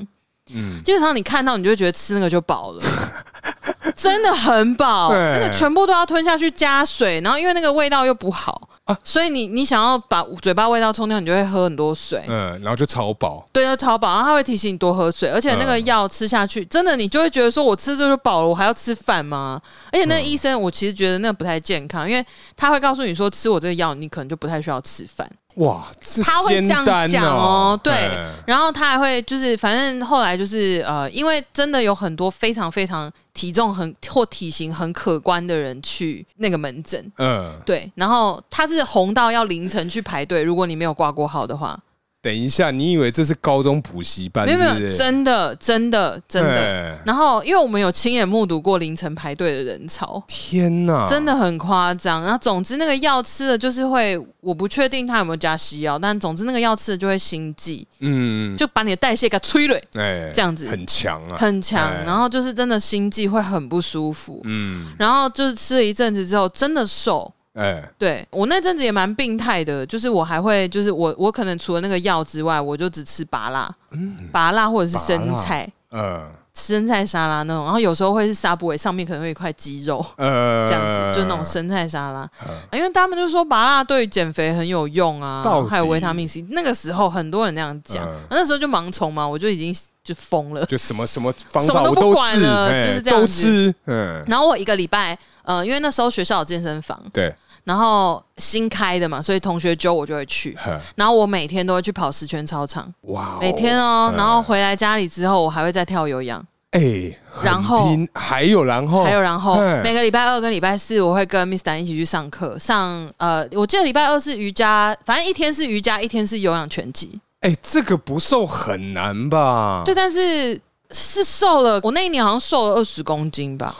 Speaker 1: 嗯，
Speaker 2: 基本上你看到你就会觉得吃那个就饱
Speaker 1: <laughs>
Speaker 2: 了。真的很饱，
Speaker 1: 对
Speaker 2: 那个全部都要吞下去加水，然后因为那个味道又不好
Speaker 1: 啊
Speaker 2: 所以你你想要把嘴巴味道冲掉，你就会喝很多水，
Speaker 1: 嗯，然后就超饱，
Speaker 2: 对，要超饱，然后他会提醒你多喝水，而且那
Speaker 1: 嗯
Speaker 2: 个药吃下去，真的你就会觉得说，我吃这就饱了，我还要吃饭吗？而且那个
Speaker 1: 嗯
Speaker 2: 医生，我其实觉得那不太健康，因为他会告诉你说，吃我这个药，你可能就不太需要吃饭。
Speaker 1: 哇，这
Speaker 2: 他会这样
Speaker 1: 仙丹哎
Speaker 2: 讲哦对
Speaker 1: 嘿
Speaker 2: 然后他还会就是，反正后来就是呃，因为真的有很多非常非常体重很或体型很可观的人去那个门诊，
Speaker 1: 嗯，
Speaker 2: 对，然后他是红到要凌晨去排队，如果你没有挂过号的话，
Speaker 1: 等一下，你以为这是高中补习班？
Speaker 2: 没有没有
Speaker 1: 啊是不，哎是
Speaker 2: 真的真的真的。
Speaker 1: 嘿
Speaker 2: 然后，因为我们有亲眼目睹过凌晨排队的人潮，
Speaker 1: 天哪，
Speaker 2: 真的很夸张。然后，总之那个药吃了就是会，我不确定他有没有加西药，但总之那个药吃了就会心悸，
Speaker 1: 嗯，
Speaker 2: 就把你的代谢给催累，
Speaker 1: 哎
Speaker 2: 这样子
Speaker 1: 很强啊，
Speaker 2: 很强。
Speaker 1: 哎
Speaker 2: 然后就是真的心悸会很不舒服。
Speaker 1: 嗯，
Speaker 2: 然后就是吃了一阵子之后，真的瘦。
Speaker 1: 哎，
Speaker 2: 对我那阵子也蛮病态的，就是我还会，就是我我可能除了那个药之外，我就只吃拔辣，拔辣或者是生菜，
Speaker 1: 嗯
Speaker 2: 生菜沙拉那种，然后有时候会是沙布尾上面可能会有一块鸡肉，
Speaker 1: 呃，
Speaker 2: 这样子，就那种生菜沙拉，啊因为他们就说麻辣对于减肥很有用啊
Speaker 1: 到，底
Speaker 2: 还有维他命 C。那个时候很多人那样讲，
Speaker 1: 嗯
Speaker 2: 啊那时候就盲从嘛，我就已经就疯了。
Speaker 1: 就什么什么方
Speaker 2: 什么
Speaker 1: 法
Speaker 2: 都
Speaker 1: 我
Speaker 2: 不
Speaker 1: 都
Speaker 2: 管
Speaker 1: 试，
Speaker 2: 了
Speaker 1: 哎
Speaker 2: 就是这样
Speaker 1: 都
Speaker 2: 子
Speaker 1: 吃，嗯，
Speaker 2: 然后我一个礼拜，呃，因为那时候学校有健身房，
Speaker 1: 对，
Speaker 2: 然后新开的嘛，所以同学揪我就会去。
Speaker 1: 呵
Speaker 2: 然后我每天都会去跑十圈操场，
Speaker 1: 哇哦，
Speaker 2: 每天哦，
Speaker 1: 嗯
Speaker 2: 然后回来家里之后，我还会再跳有氧，
Speaker 1: 哎，很
Speaker 2: 然后
Speaker 1: 拼还有然后
Speaker 2: 还有然后
Speaker 1: 嗯
Speaker 2: 每个礼拜二跟礼拜四，我会跟 Miss 丹一起去上课，上呃，我记得礼拜二是瑜伽，反正一天是瑜伽，一天是有氧拳击，
Speaker 1: 哎，这个不瘦很难吧？
Speaker 2: 对，但是是瘦了，我那一年好像瘦了二十公斤吧。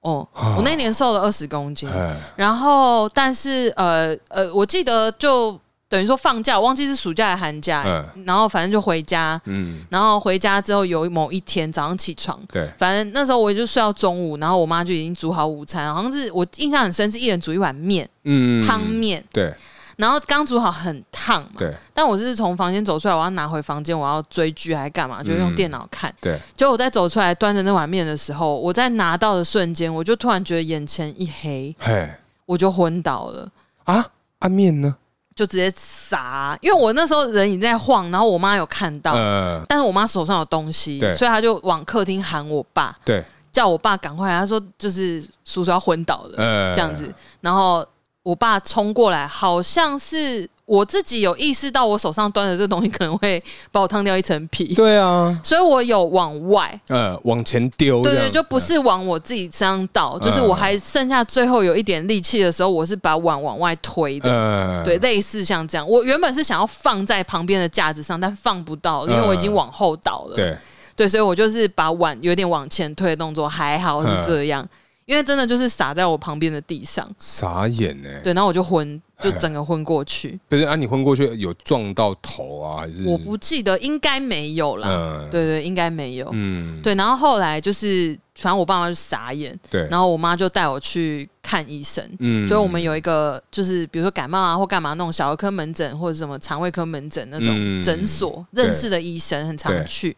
Speaker 2: 哦，我那一年瘦了二十公斤，
Speaker 1: 啊哎，
Speaker 2: 然后但是呃呃，我记得就等于说放假，我忘记是暑假还是寒假，
Speaker 1: 嗯
Speaker 2: 然后反正就回家，
Speaker 1: 嗯，
Speaker 2: 然后回家之后有某一天早上起床。
Speaker 1: 对，
Speaker 2: 反正那时候我也就睡到中午，然后我妈就已经煮好午餐，好像是我印象很深，是一人煮一碗面
Speaker 1: 嗯
Speaker 2: 汤，面，
Speaker 1: 对
Speaker 2: 然后刚煮好很烫嘛，
Speaker 1: 对
Speaker 2: 但我是从房间走出来，我要拿回房间，我要追剧还干嘛，就用
Speaker 1: 嗯
Speaker 2: 电脑看。
Speaker 1: 对，
Speaker 2: 结果我在走出来端着那碗面的时候，我在拿到的瞬间，我就突然觉得眼前一黑，
Speaker 1: 嘿
Speaker 2: 我就昏倒了，
Speaker 1: 啊啊面呢？
Speaker 2: 就直接傻。因为我那时候人已经在晃，然后我妈有看到，
Speaker 1: 呃，
Speaker 2: 但是我妈手上有东西，
Speaker 1: 对
Speaker 2: 所以她就往客厅喊我爸，
Speaker 1: 对，
Speaker 2: 叫我爸赶快来。她说就是叔叔要昏倒了，
Speaker 1: 呃，
Speaker 2: 这样子。然后我爸冲过来，好像是我自己有意识到我手上端的这东西可能会把我烫掉一层皮，
Speaker 1: 对啊，
Speaker 2: 所以我有往外。
Speaker 1: 呃，往前丢这
Speaker 2: 对
Speaker 1: 样，嗯
Speaker 2: 对，就不是往我自己身上倒，就是我还剩下最后有一点力气的时候，我是把碗往外推的。
Speaker 1: 呃，
Speaker 2: 对，类似像这样，我原本是想要放在旁边的架子上，但放不到，因为我已经往后倒了。
Speaker 1: 嗯对，
Speaker 2: 对，所以我就是把碗有点往前推的动作，还好
Speaker 1: 嗯
Speaker 2: 是这样，因为真的就是洒在我旁边的地上。
Speaker 1: 傻眼呢、
Speaker 2: 对，然后我就昏，
Speaker 1: 哎
Speaker 2: 就整个昏过去。
Speaker 1: 不是啊，你昏过去有撞到头啊，还是
Speaker 2: 我不记得，应该没有啦。
Speaker 1: 嗯
Speaker 2: 对对，应该没有。
Speaker 1: 嗯，
Speaker 2: 对，然后后来就是，反正我爸妈就傻眼，
Speaker 1: 对，
Speaker 2: 然后我妈就带我去看医生。
Speaker 1: 嗯
Speaker 2: 所以我们有一个就是比如说感冒啊或干嘛那种小儿科门诊或者什么肠胃科门诊那种
Speaker 1: 嗯
Speaker 2: 诊所、
Speaker 1: 对
Speaker 2: 认识的医生很常
Speaker 1: 对
Speaker 2: 去，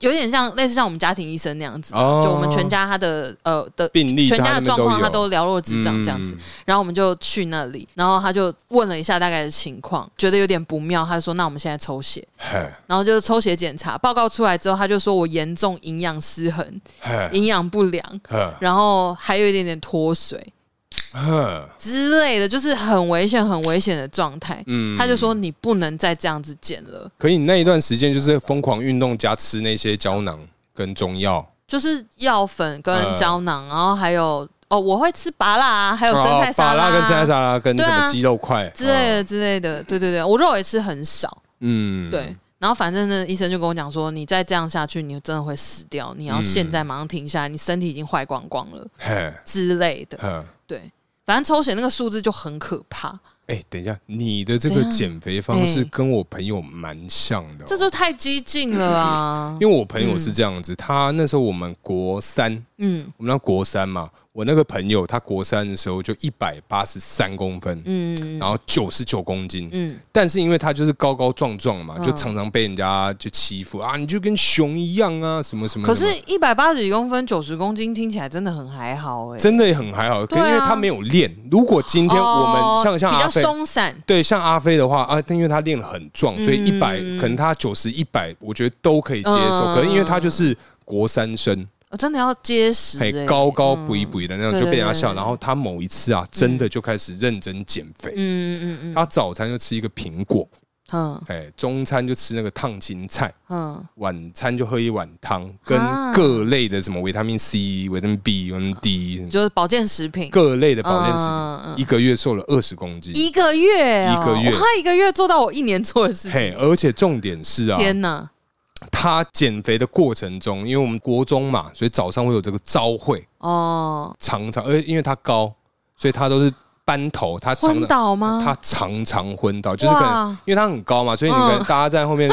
Speaker 2: 有点像类似像我们家庭医生那样子，
Speaker 1: 哦
Speaker 2: 就我们全家他的呃的。
Speaker 1: 病例
Speaker 2: 全家的状况他
Speaker 1: 他
Speaker 2: 都了若指掌这
Speaker 1: 嗯
Speaker 2: 样子，然后我们就去那里，然后他就问了一下大概的情况，觉得有点不妙，他就说那我们现在抽血，
Speaker 1: 嘿
Speaker 2: 然后就抽血检查报告出来之后，他就说我严重营养失
Speaker 1: <laughs>
Speaker 2: 衡、
Speaker 1: 嘿
Speaker 2: 营养不良，
Speaker 1: 嘿
Speaker 2: 然后还有一点点脱水，
Speaker 1: <laughs> 嘿，
Speaker 2: 之类的，就是很危险、很危险的状态。
Speaker 1: 嗯
Speaker 2: 他就说你不能再这样子减了，
Speaker 1: 可以那一段时间就是疯狂运动加吃那些胶囊跟中药，
Speaker 2: 就是药粉跟胶囊，然后还有哦，我会吃拔辣啊，还有生菜沙拉
Speaker 1: 嗯哦巴
Speaker 2: 啊、
Speaker 1: 跟生菜沙拉跟什
Speaker 2: 对
Speaker 1: 么
Speaker 2: 啊
Speaker 1: 鸡肉块
Speaker 2: 之类
Speaker 1: 嗯
Speaker 2: 的之类的。对对对，我肉也吃很少，
Speaker 1: 嗯
Speaker 2: 对。然后反正呢，医生就跟我讲说，你再这样下去，你真的会死掉，你要
Speaker 1: 嗯
Speaker 2: 现在马上停下来，你身体已经坏光光了
Speaker 1: 嘿
Speaker 2: 之类的。
Speaker 1: 嘿。
Speaker 2: 对，反正抽血那个数字就很可怕，
Speaker 1: 哎、等一下，你的这
Speaker 2: 怎
Speaker 1: 个
Speaker 2: 样
Speaker 1: 减肥方式
Speaker 2: 哎
Speaker 1: 跟我朋友蛮像的哦、！
Speaker 2: 这就太激进了啊
Speaker 1: 因为我朋友是这样子，他那时候我们国三，
Speaker 2: 嗯
Speaker 1: 我们那国三嘛，我那个朋友他国三的时候就一百八十三公分，
Speaker 2: 嗯
Speaker 1: 然后九十九公斤，
Speaker 2: 嗯，
Speaker 1: 但是因为他就是高高壮壮嘛，
Speaker 2: 嗯
Speaker 1: 就常常被人家就欺负啊，你就跟熊一样啊，什么什么
Speaker 2: 可
Speaker 1: 什么
Speaker 2: 是，一百八十几公分、九十公斤，听起来真的很还好哎、
Speaker 1: 真的也很还好，可
Speaker 2: 对啊哦
Speaker 1: 因为他没有练。如果今天我们像像
Speaker 2: 比
Speaker 1: 阿
Speaker 2: 较
Speaker 1: 飞。
Speaker 2: 松散，
Speaker 1: 对，像阿飞的话啊，但因为他练得很壮，所以一百、
Speaker 2: 嗯
Speaker 1: 可能他九十一百，我觉得都可以接受。
Speaker 2: 嗯
Speaker 1: 可能因为他就是国三生，
Speaker 2: 哦真的要结实、
Speaker 1: 嘿
Speaker 2: 欸，
Speaker 1: 高高补一补的那
Speaker 2: 对
Speaker 1: 样，就被人家
Speaker 2: 对
Speaker 1: 笑。
Speaker 2: 对嗯
Speaker 1: 然后他某一次啊，真的就开始认真减肥。
Speaker 2: 嗯，嗯嗯嗯
Speaker 1: 他早餐就吃一个苹果，
Speaker 2: 嗯
Speaker 1: 哎，中餐就吃那个烫青菜，
Speaker 2: 嗯
Speaker 1: 晚餐就喝一碗汤，跟
Speaker 2: 啊
Speaker 1: 各类的什么维他命 C、维他命 B、维他命 D，什
Speaker 2: 嗯，
Speaker 1: 么
Speaker 2: 就是保健食品，
Speaker 1: 各类的保健食
Speaker 2: 嗯嗯嗯
Speaker 1: 品，一个月瘦了二十公斤。
Speaker 2: 一个月、哦，
Speaker 1: 一个月
Speaker 2: 哇他一个月做到我一年做的事情，
Speaker 1: 嘿，而且重点是啊，
Speaker 2: 天哪！
Speaker 1: 他减肥的过程中，因为我们国中嘛，所以早上会有这个朝会，
Speaker 2: 哦，
Speaker 1: 常常，而且因为他高，所以他都是班头，他常
Speaker 2: 昏
Speaker 1: 常
Speaker 2: 倒吗？
Speaker 1: 他常常昏倒，就是可能
Speaker 2: 哇
Speaker 1: 因为他很高嘛，所以你可能
Speaker 2: 嗯
Speaker 1: 大家在后面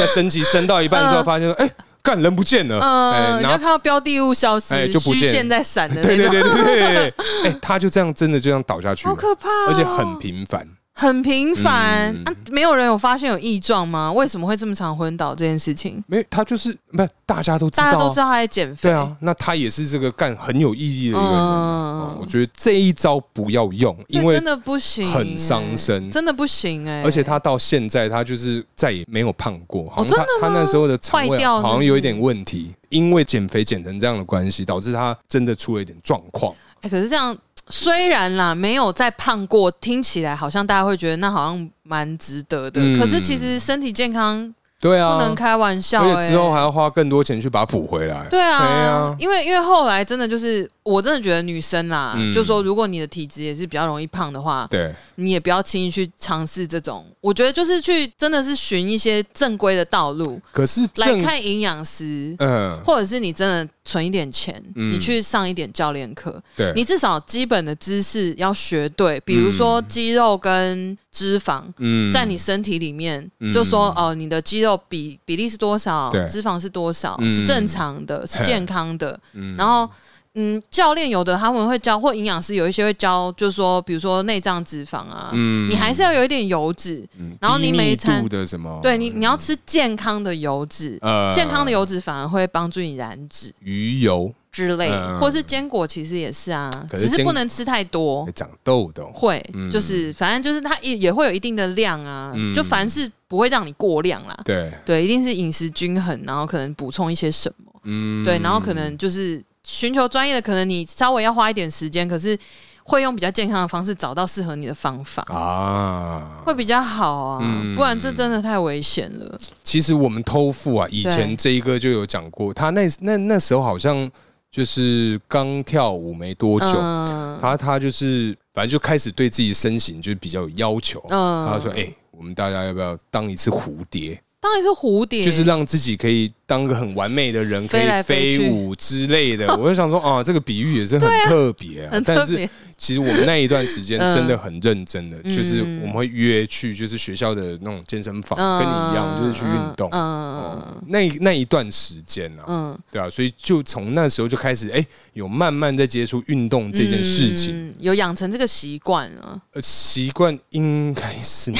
Speaker 1: 在升旗升到一半之后，
Speaker 2: 嗯
Speaker 1: 发现说，哎，干人不见了，
Speaker 2: 嗯，
Speaker 1: 哎，
Speaker 2: 你就
Speaker 1: 然
Speaker 2: 看
Speaker 1: 后。
Speaker 2: 到标的物消失，
Speaker 1: 哎就不
Speaker 2: 虚
Speaker 1: 见
Speaker 2: 线在闪的那种，
Speaker 1: 对对对对对，对哎，他就这样真的就这样倒下去
Speaker 2: 好
Speaker 1: 了，
Speaker 2: 可怕哦、
Speaker 1: 而且很频繁。
Speaker 2: 很频繁、
Speaker 1: 嗯
Speaker 2: 啊！没有人有发现有异状吗？为什么会这么常昏倒这件事情？
Speaker 1: 没有，他就是不是大家都知道
Speaker 2: 大
Speaker 1: 啊，
Speaker 2: 家都知道他在减肥，
Speaker 1: 对啊，，那他也是这个干很有意义的一个人。哦
Speaker 2: 嗯，
Speaker 1: 我觉得这一招不要用，因为
Speaker 2: 真的不行、
Speaker 1: 很伤身
Speaker 2: 欸真的不行哎、
Speaker 1: 而且他到现在，他就是再也没有胖过。
Speaker 2: 哦
Speaker 1: 好像
Speaker 2: 真
Speaker 1: 他、
Speaker 2: 的
Speaker 1: 他
Speaker 2: 吗
Speaker 1: 那时候的肠
Speaker 2: 坏
Speaker 1: 胃啊
Speaker 2: 掉是不是
Speaker 1: 好像有一点问题，因为减肥减成这样的关系，导致他真的出了一点状况。
Speaker 2: 哎、可是这样虽然啦没有再胖过，听起来好像大家会觉得那好像蛮值得的、
Speaker 1: 嗯
Speaker 2: 可是其实身体健康
Speaker 1: 对
Speaker 2: 不
Speaker 1: 啊，
Speaker 2: 能开玩笑、欸，
Speaker 1: 而且之后还要花更多钱去把它补回来。
Speaker 2: 对啊，
Speaker 1: 对啊
Speaker 2: 因为因为后来真的就是，我真的觉得女生啦，
Speaker 1: 嗯
Speaker 2: 就说如果你的体质也是比较容易胖的话，
Speaker 1: 对
Speaker 2: 你也不要轻易去尝试这种。我觉得就是去真的是寻一些正规的道路
Speaker 1: 可是
Speaker 2: 来
Speaker 1: 正
Speaker 2: 看营养师，
Speaker 1: 嗯、
Speaker 2: 或者是你真的存一点钱，
Speaker 1: 嗯
Speaker 2: 你去上一点教练课，
Speaker 1: 对，
Speaker 2: 你至少基本的知识要学对，比如说肌肉跟脂肪。
Speaker 1: 嗯
Speaker 2: 在你身体里面，
Speaker 1: 嗯
Speaker 2: 就说哦、你的肌肉比比例是多少
Speaker 1: 对，
Speaker 2: 脂肪是多少，
Speaker 1: 嗯
Speaker 2: 是正常的，是
Speaker 1: 嘿
Speaker 2: 健康的。
Speaker 1: 嗯
Speaker 2: 然后，嗯，教练有的他们会教，或营养师有一些会教，就是说，比如说内脏脂肪啊，
Speaker 1: 嗯
Speaker 2: 你还是要有一点油脂，
Speaker 1: 嗯
Speaker 2: 然后你
Speaker 1: 低密
Speaker 2: 每一餐
Speaker 1: 度的什么
Speaker 2: 对你你要吃健康的油脂，
Speaker 1: 呃
Speaker 2: 健康的油脂反而会帮助你燃脂
Speaker 1: 鱼油
Speaker 2: 之类，
Speaker 1: 嗯
Speaker 2: 或是坚果其实也是啊，
Speaker 1: 可是
Speaker 2: 只是
Speaker 1: 坚
Speaker 2: 不能吃太多
Speaker 1: 会。长痘痘。
Speaker 2: 会，
Speaker 1: 嗯
Speaker 2: 就是反正就是它也也会有一定的量啊，
Speaker 1: 嗯
Speaker 2: 就凡事不会让你过量啦。
Speaker 1: 对，
Speaker 2: 对，一定是饮食均衡，然后可能补充一些什么。
Speaker 1: 嗯
Speaker 2: 对，然后可能就是寻求专业的，可能你稍微要花一点时间，可是会用比较健康的方式找到适合你的方法，
Speaker 1: 啊。
Speaker 2: 会比较好啊。
Speaker 1: 哦嗯
Speaker 2: 不然这真的太危险了。
Speaker 1: 其实我们偷富啊，以前
Speaker 2: 对
Speaker 1: 这一哥就有讲过，他那那那时候好像就是刚跳舞没多久，
Speaker 2: 嗯
Speaker 1: 他他就是反正就开始对自己身形就比较有要求。
Speaker 2: 嗯
Speaker 1: 他说：“哎、我们大家要不要当一次蝴蝶？
Speaker 2: 当然是蝴蝶，
Speaker 1: 就是让自己可以当个很完美的人，可
Speaker 2: 飞
Speaker 1: 以
Speaker 2: 来飞去
Speaker 1: 飞舞之类
Speaker 2: <laughs>
Speaker 1: 的。”我就想说，啊，这个比喻也是很特别啊
Speaker 2: 很。特
Speaker 1: 但是
Speaker 2: 别。
Speaker 1: 其实我们那一段时间
Speaker 2: 嗯
Speaker 1: 真的很认真的，
Speaker 2: 嗯
Speaker 1: 就是我们会约去，就是学校的那种健身房，哦跟你一样，就是去运动。
Speaker 2: 嗯
Speaker 1: 哦，那那一段时间啊，
Speaker 2: 嗯，
Speaker 1: 对啊，所以就从那时候就开始，哎、有慢慢在接触运动这件事情。
Speaker 2: 嗯有养成这个习惯啊。
Speaker 1: 呃，习惯应该是没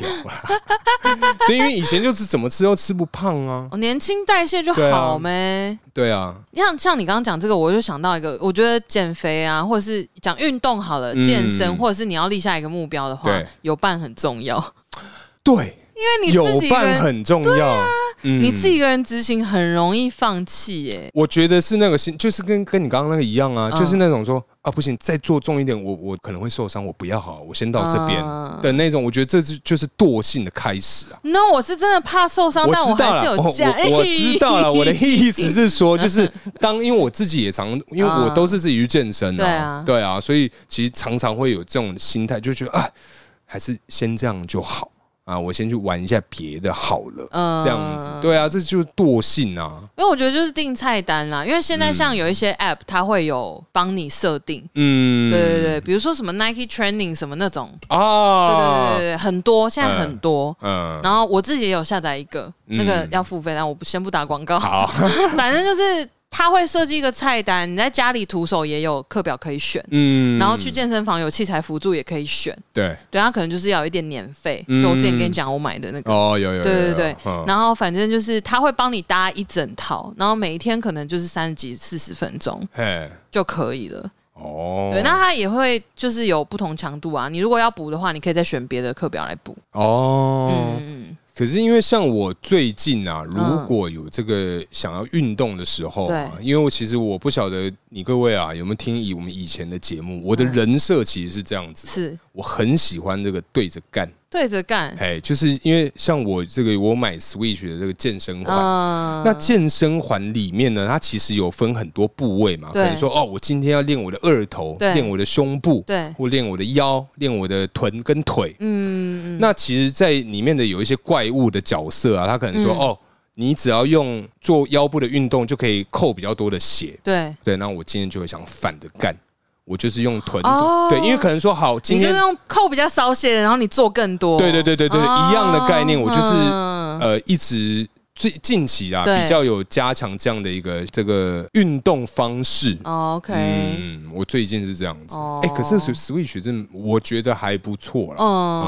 Speaker 1: 有啦，对，因为以前就是怎么吃都吃不胖啊，
Speaker 2: 哦，年轻代谢就
Speaker 1: 对啊
Speaker 2: 好呗。
Speaker 1: 对啊，
Speaker 2: 像像你刚刚讲这个，我就想到一个，我觉得减肥啊，或者是讲运动好了，
Speaker 1: 嗯
Speaker 2: 健身，或者是你要立下一个目标的话
Speaker 1: 对，
Speaker 2: 有伴很重
Speaker 1: <laughs>
Speaker 2: 要，
Speaker 1: 对，
Speaker 2: 因为你
Speaker 1: 有
Speaker 2: 自己一个
Speaker 1: 伴
Speaker 2: 人，啊
Speaker 1: 很重要，嗯
Speaker 2: 你自己一个人执行很容易放弃耶。
Speaker 1: 我觉得是那个心，就是跟跟你刚刚那个一样啊，
Speaker 2: 嗯
Speaker 1: 就是那种说啊不行，再做重一点，我我可能会受伤，我不要好，我先到这边
Speaker 2: 嗯
Speaker 1: 的那种，我觉得这是就是惰性的开始啊。
Speaker 2: 那我是真的怕受伤，
Speaker 1: 我
Speaker 2: 但
Speaker 1: 知道
Speaker 2: 还是
Speaker 1: 了，我
Speaker 2: 有加。
Speaker 1: 我
Speaker 2: <laughs>
Speaker 1: 我知道了，我的意思是说，就是当因为我自己也常，因为我都是自己去健身
Speaker 2: 对
Speaker 1: 啊
Speaker 2: 啊，
Speaker 1: 对啊，所以其实常常会有这种心态，就觉得啊，还是先这样就好啊，我先去玩一下别的好了，
Speaker 2: 嗯
Speaker 1: 这样子，对啊，这就是惰性啊，
Speaker 2: 因为我觉得就是定菜单啦，因为现在像有一些 app，它会有帮你设定，
Speaker 1: 嗯，
Speaker 2: 对对对，比如说什么 Nike Training 什么那种，对对
Speaker 1: 啊
Speaker 2: 对，对，很多现在很多。
Speaker 1: 嗯，
Speaker 2: 然后我自己也有下载一个，
Speaker 1: 嗯
Speaker 2: 那个要付费，但我不先不打广告。
Speaker 1: 好，
Speaker 2: <laughs> 反正就是它会设计一个菜单，你在家里徒手也有课表可以选，
Speaker 1: 嗯，
Speaker 2: 然后去健身房有器材辅助也可以选。
Speaker 1: 对，
Speaker 2: 对，它可能就是要有一点年费，
Speaker 1: 嗯
Speaker 2: 就我之前跟你讲我买的那个。
Speaker 1: 哦，有有，有
Speaker 2: 对对对，
Speaker 1: 有嗯
Speaker 2: 然后反正就是他会帮你搭一整套，然后每一天可能就是三十几、四十分钟
Speaker 1: 嘿，
Speaker 2: 就可以了。
Speaker 1: 哦，
Speaker 2: 对，那他也会就是有不同强度啊。你如果要补的话，你可以再选别的课表来补。
Speaker 1: 哦，
Speaker 2: 嗯，
Speaker 1: 可是因为像我最近啊，如果有这个想要运动的时候啊，因为我其实我不晓得你各位啊有没有听以我们以前的节目，我的人设其实是这样子，
Speaker 2: 嗯是
Speaker 1: 我很喜欢这个对着干，
Speaker 2: 对着干。
Speaker 1: 哎，就是因为像我这个我买 Switch 的这个健身环。
Speaker 2: 嗯
Speaker 1: 那健身环里面呢，它其实有分很多部位嘛，可
Speaker 2: 对
Speaker 1: 能说哦，我今天要练我的二头，
Speaker 2: 对
Speaker 1: 练我的胸部，
Speaker 2: 对，
Speaker 1: 或练我的腰，练我的臀跟腿，
Speaker 2: 嗯，
Speaker 1: 那其实，在里面的有一些怪物的角色啊，他可能说、
Speaker 2: 嗯
Speaker 1: 哦，你只要用做腰部的运动就可以扣比较多的血。
Speaker 2: 对，
Speaker 1: 对，那我今天就会想反着干，我就是用臀部。
Speaker 2: 哦
Speaker 1: 对，因为可能说好，今
Speaker 2: 你就
Speaker 1: 天
Speaker 2: 是用扣比较少些，然后你做更多。
Speaker 1: 对对对对对
Speaker 2: 哦
Speaker 1: 一样的概念我就是
Speaker 2: 嗯
Speaker 1: 呃一直。最近期啊，
Speaker 2: 对
Speaker 1: 比较有加强这样的一个这个运动方式。
Speaker 2: 哦 OK，
Speaker 1: 嗯，我最近是这样子。哎、
Speaker 2: 哦
Speaker 1: 可是 Switch 真的我觉得还不错啦。
Speaker 2: 嗯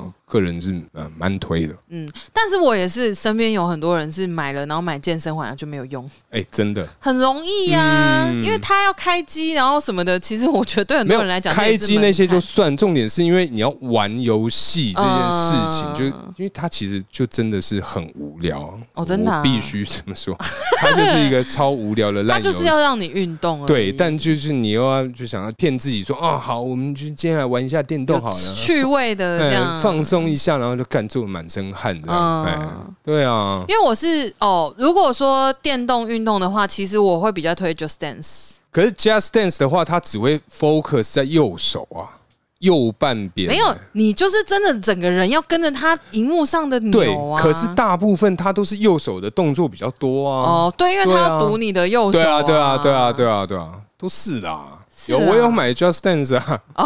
Speaker 1: 嗯，个人是呃蛮推的。
Speaker 2: 嗯，但是我也是身边有很多人是买了，然后买健身环就没有用。
Speaker 1: 哎、真的。
Speaker 2: 很容易呀、
Speaker 1: 嗯
Speaker 2: 因为他要开机，然后什么的。其实我觉得对很多
Speaker 1: 没有
Speaker 2: 人来讲，
Speaker 1: 开机那些就
Speaker 2: 这也是门槛
Speaker 1: 算，重点是因为你要玩游戏这件事情，
Speaker 2: 嗯
Speaker 1: 就是因为它其实就真的是很无聊
Speaker 2: 哦真的啊
Speaker 1: 我必须这么说，它就是一个超无聊的
Speaker 2: <laughs> 他
Speaker 1: 烂游
Speaker 2: 就
Speaker 1: 戏
Speaker 2: 是。要让你运动而已
Speaker 1: 对，但就是你又要就想要骗自己说，哦，好，我们就接下来玩一下电动好
Speaker 2: 有
Speaker 1: 了，
Speaker 2: 趣味的
Speaker 1: <laughs>
Speaker 2: 这样、
Speaker 1: 嗯放。松一下，然后就干做得满身汗的，
Speaker 2: 嗯
Speaker 1: 哎、对啊，
Speaker 2: 因为我是哦，如果说电动运动的话，其实我会比较推 Just Dance，
Speaker 1: 可是 Just Dance 的话，它只会 focus 在右手啊，右半边
Speaker 2: 没有你就是真的整个人要跟着他荧幕上的
Speaker 1: 对
Speaker 2: 扭，啊。
Speaker 1: 可是大部分他都是右手的动作比较多啊。
Speaker 2: 哦，对，因为他要
Speaker 1: 对啊
Speaker 2: 读你的哦右手、
Speaker 1: 对啊，对啊，对啊，对
Speaker 2: 啊，
Speaker 1: 啊，对啊，都是啦。
Speaker 2: 是
Speaker 1: 有
Speaker 2: 啊哦
Speaker 1: 我有买 Just Dance 啊， <laughs>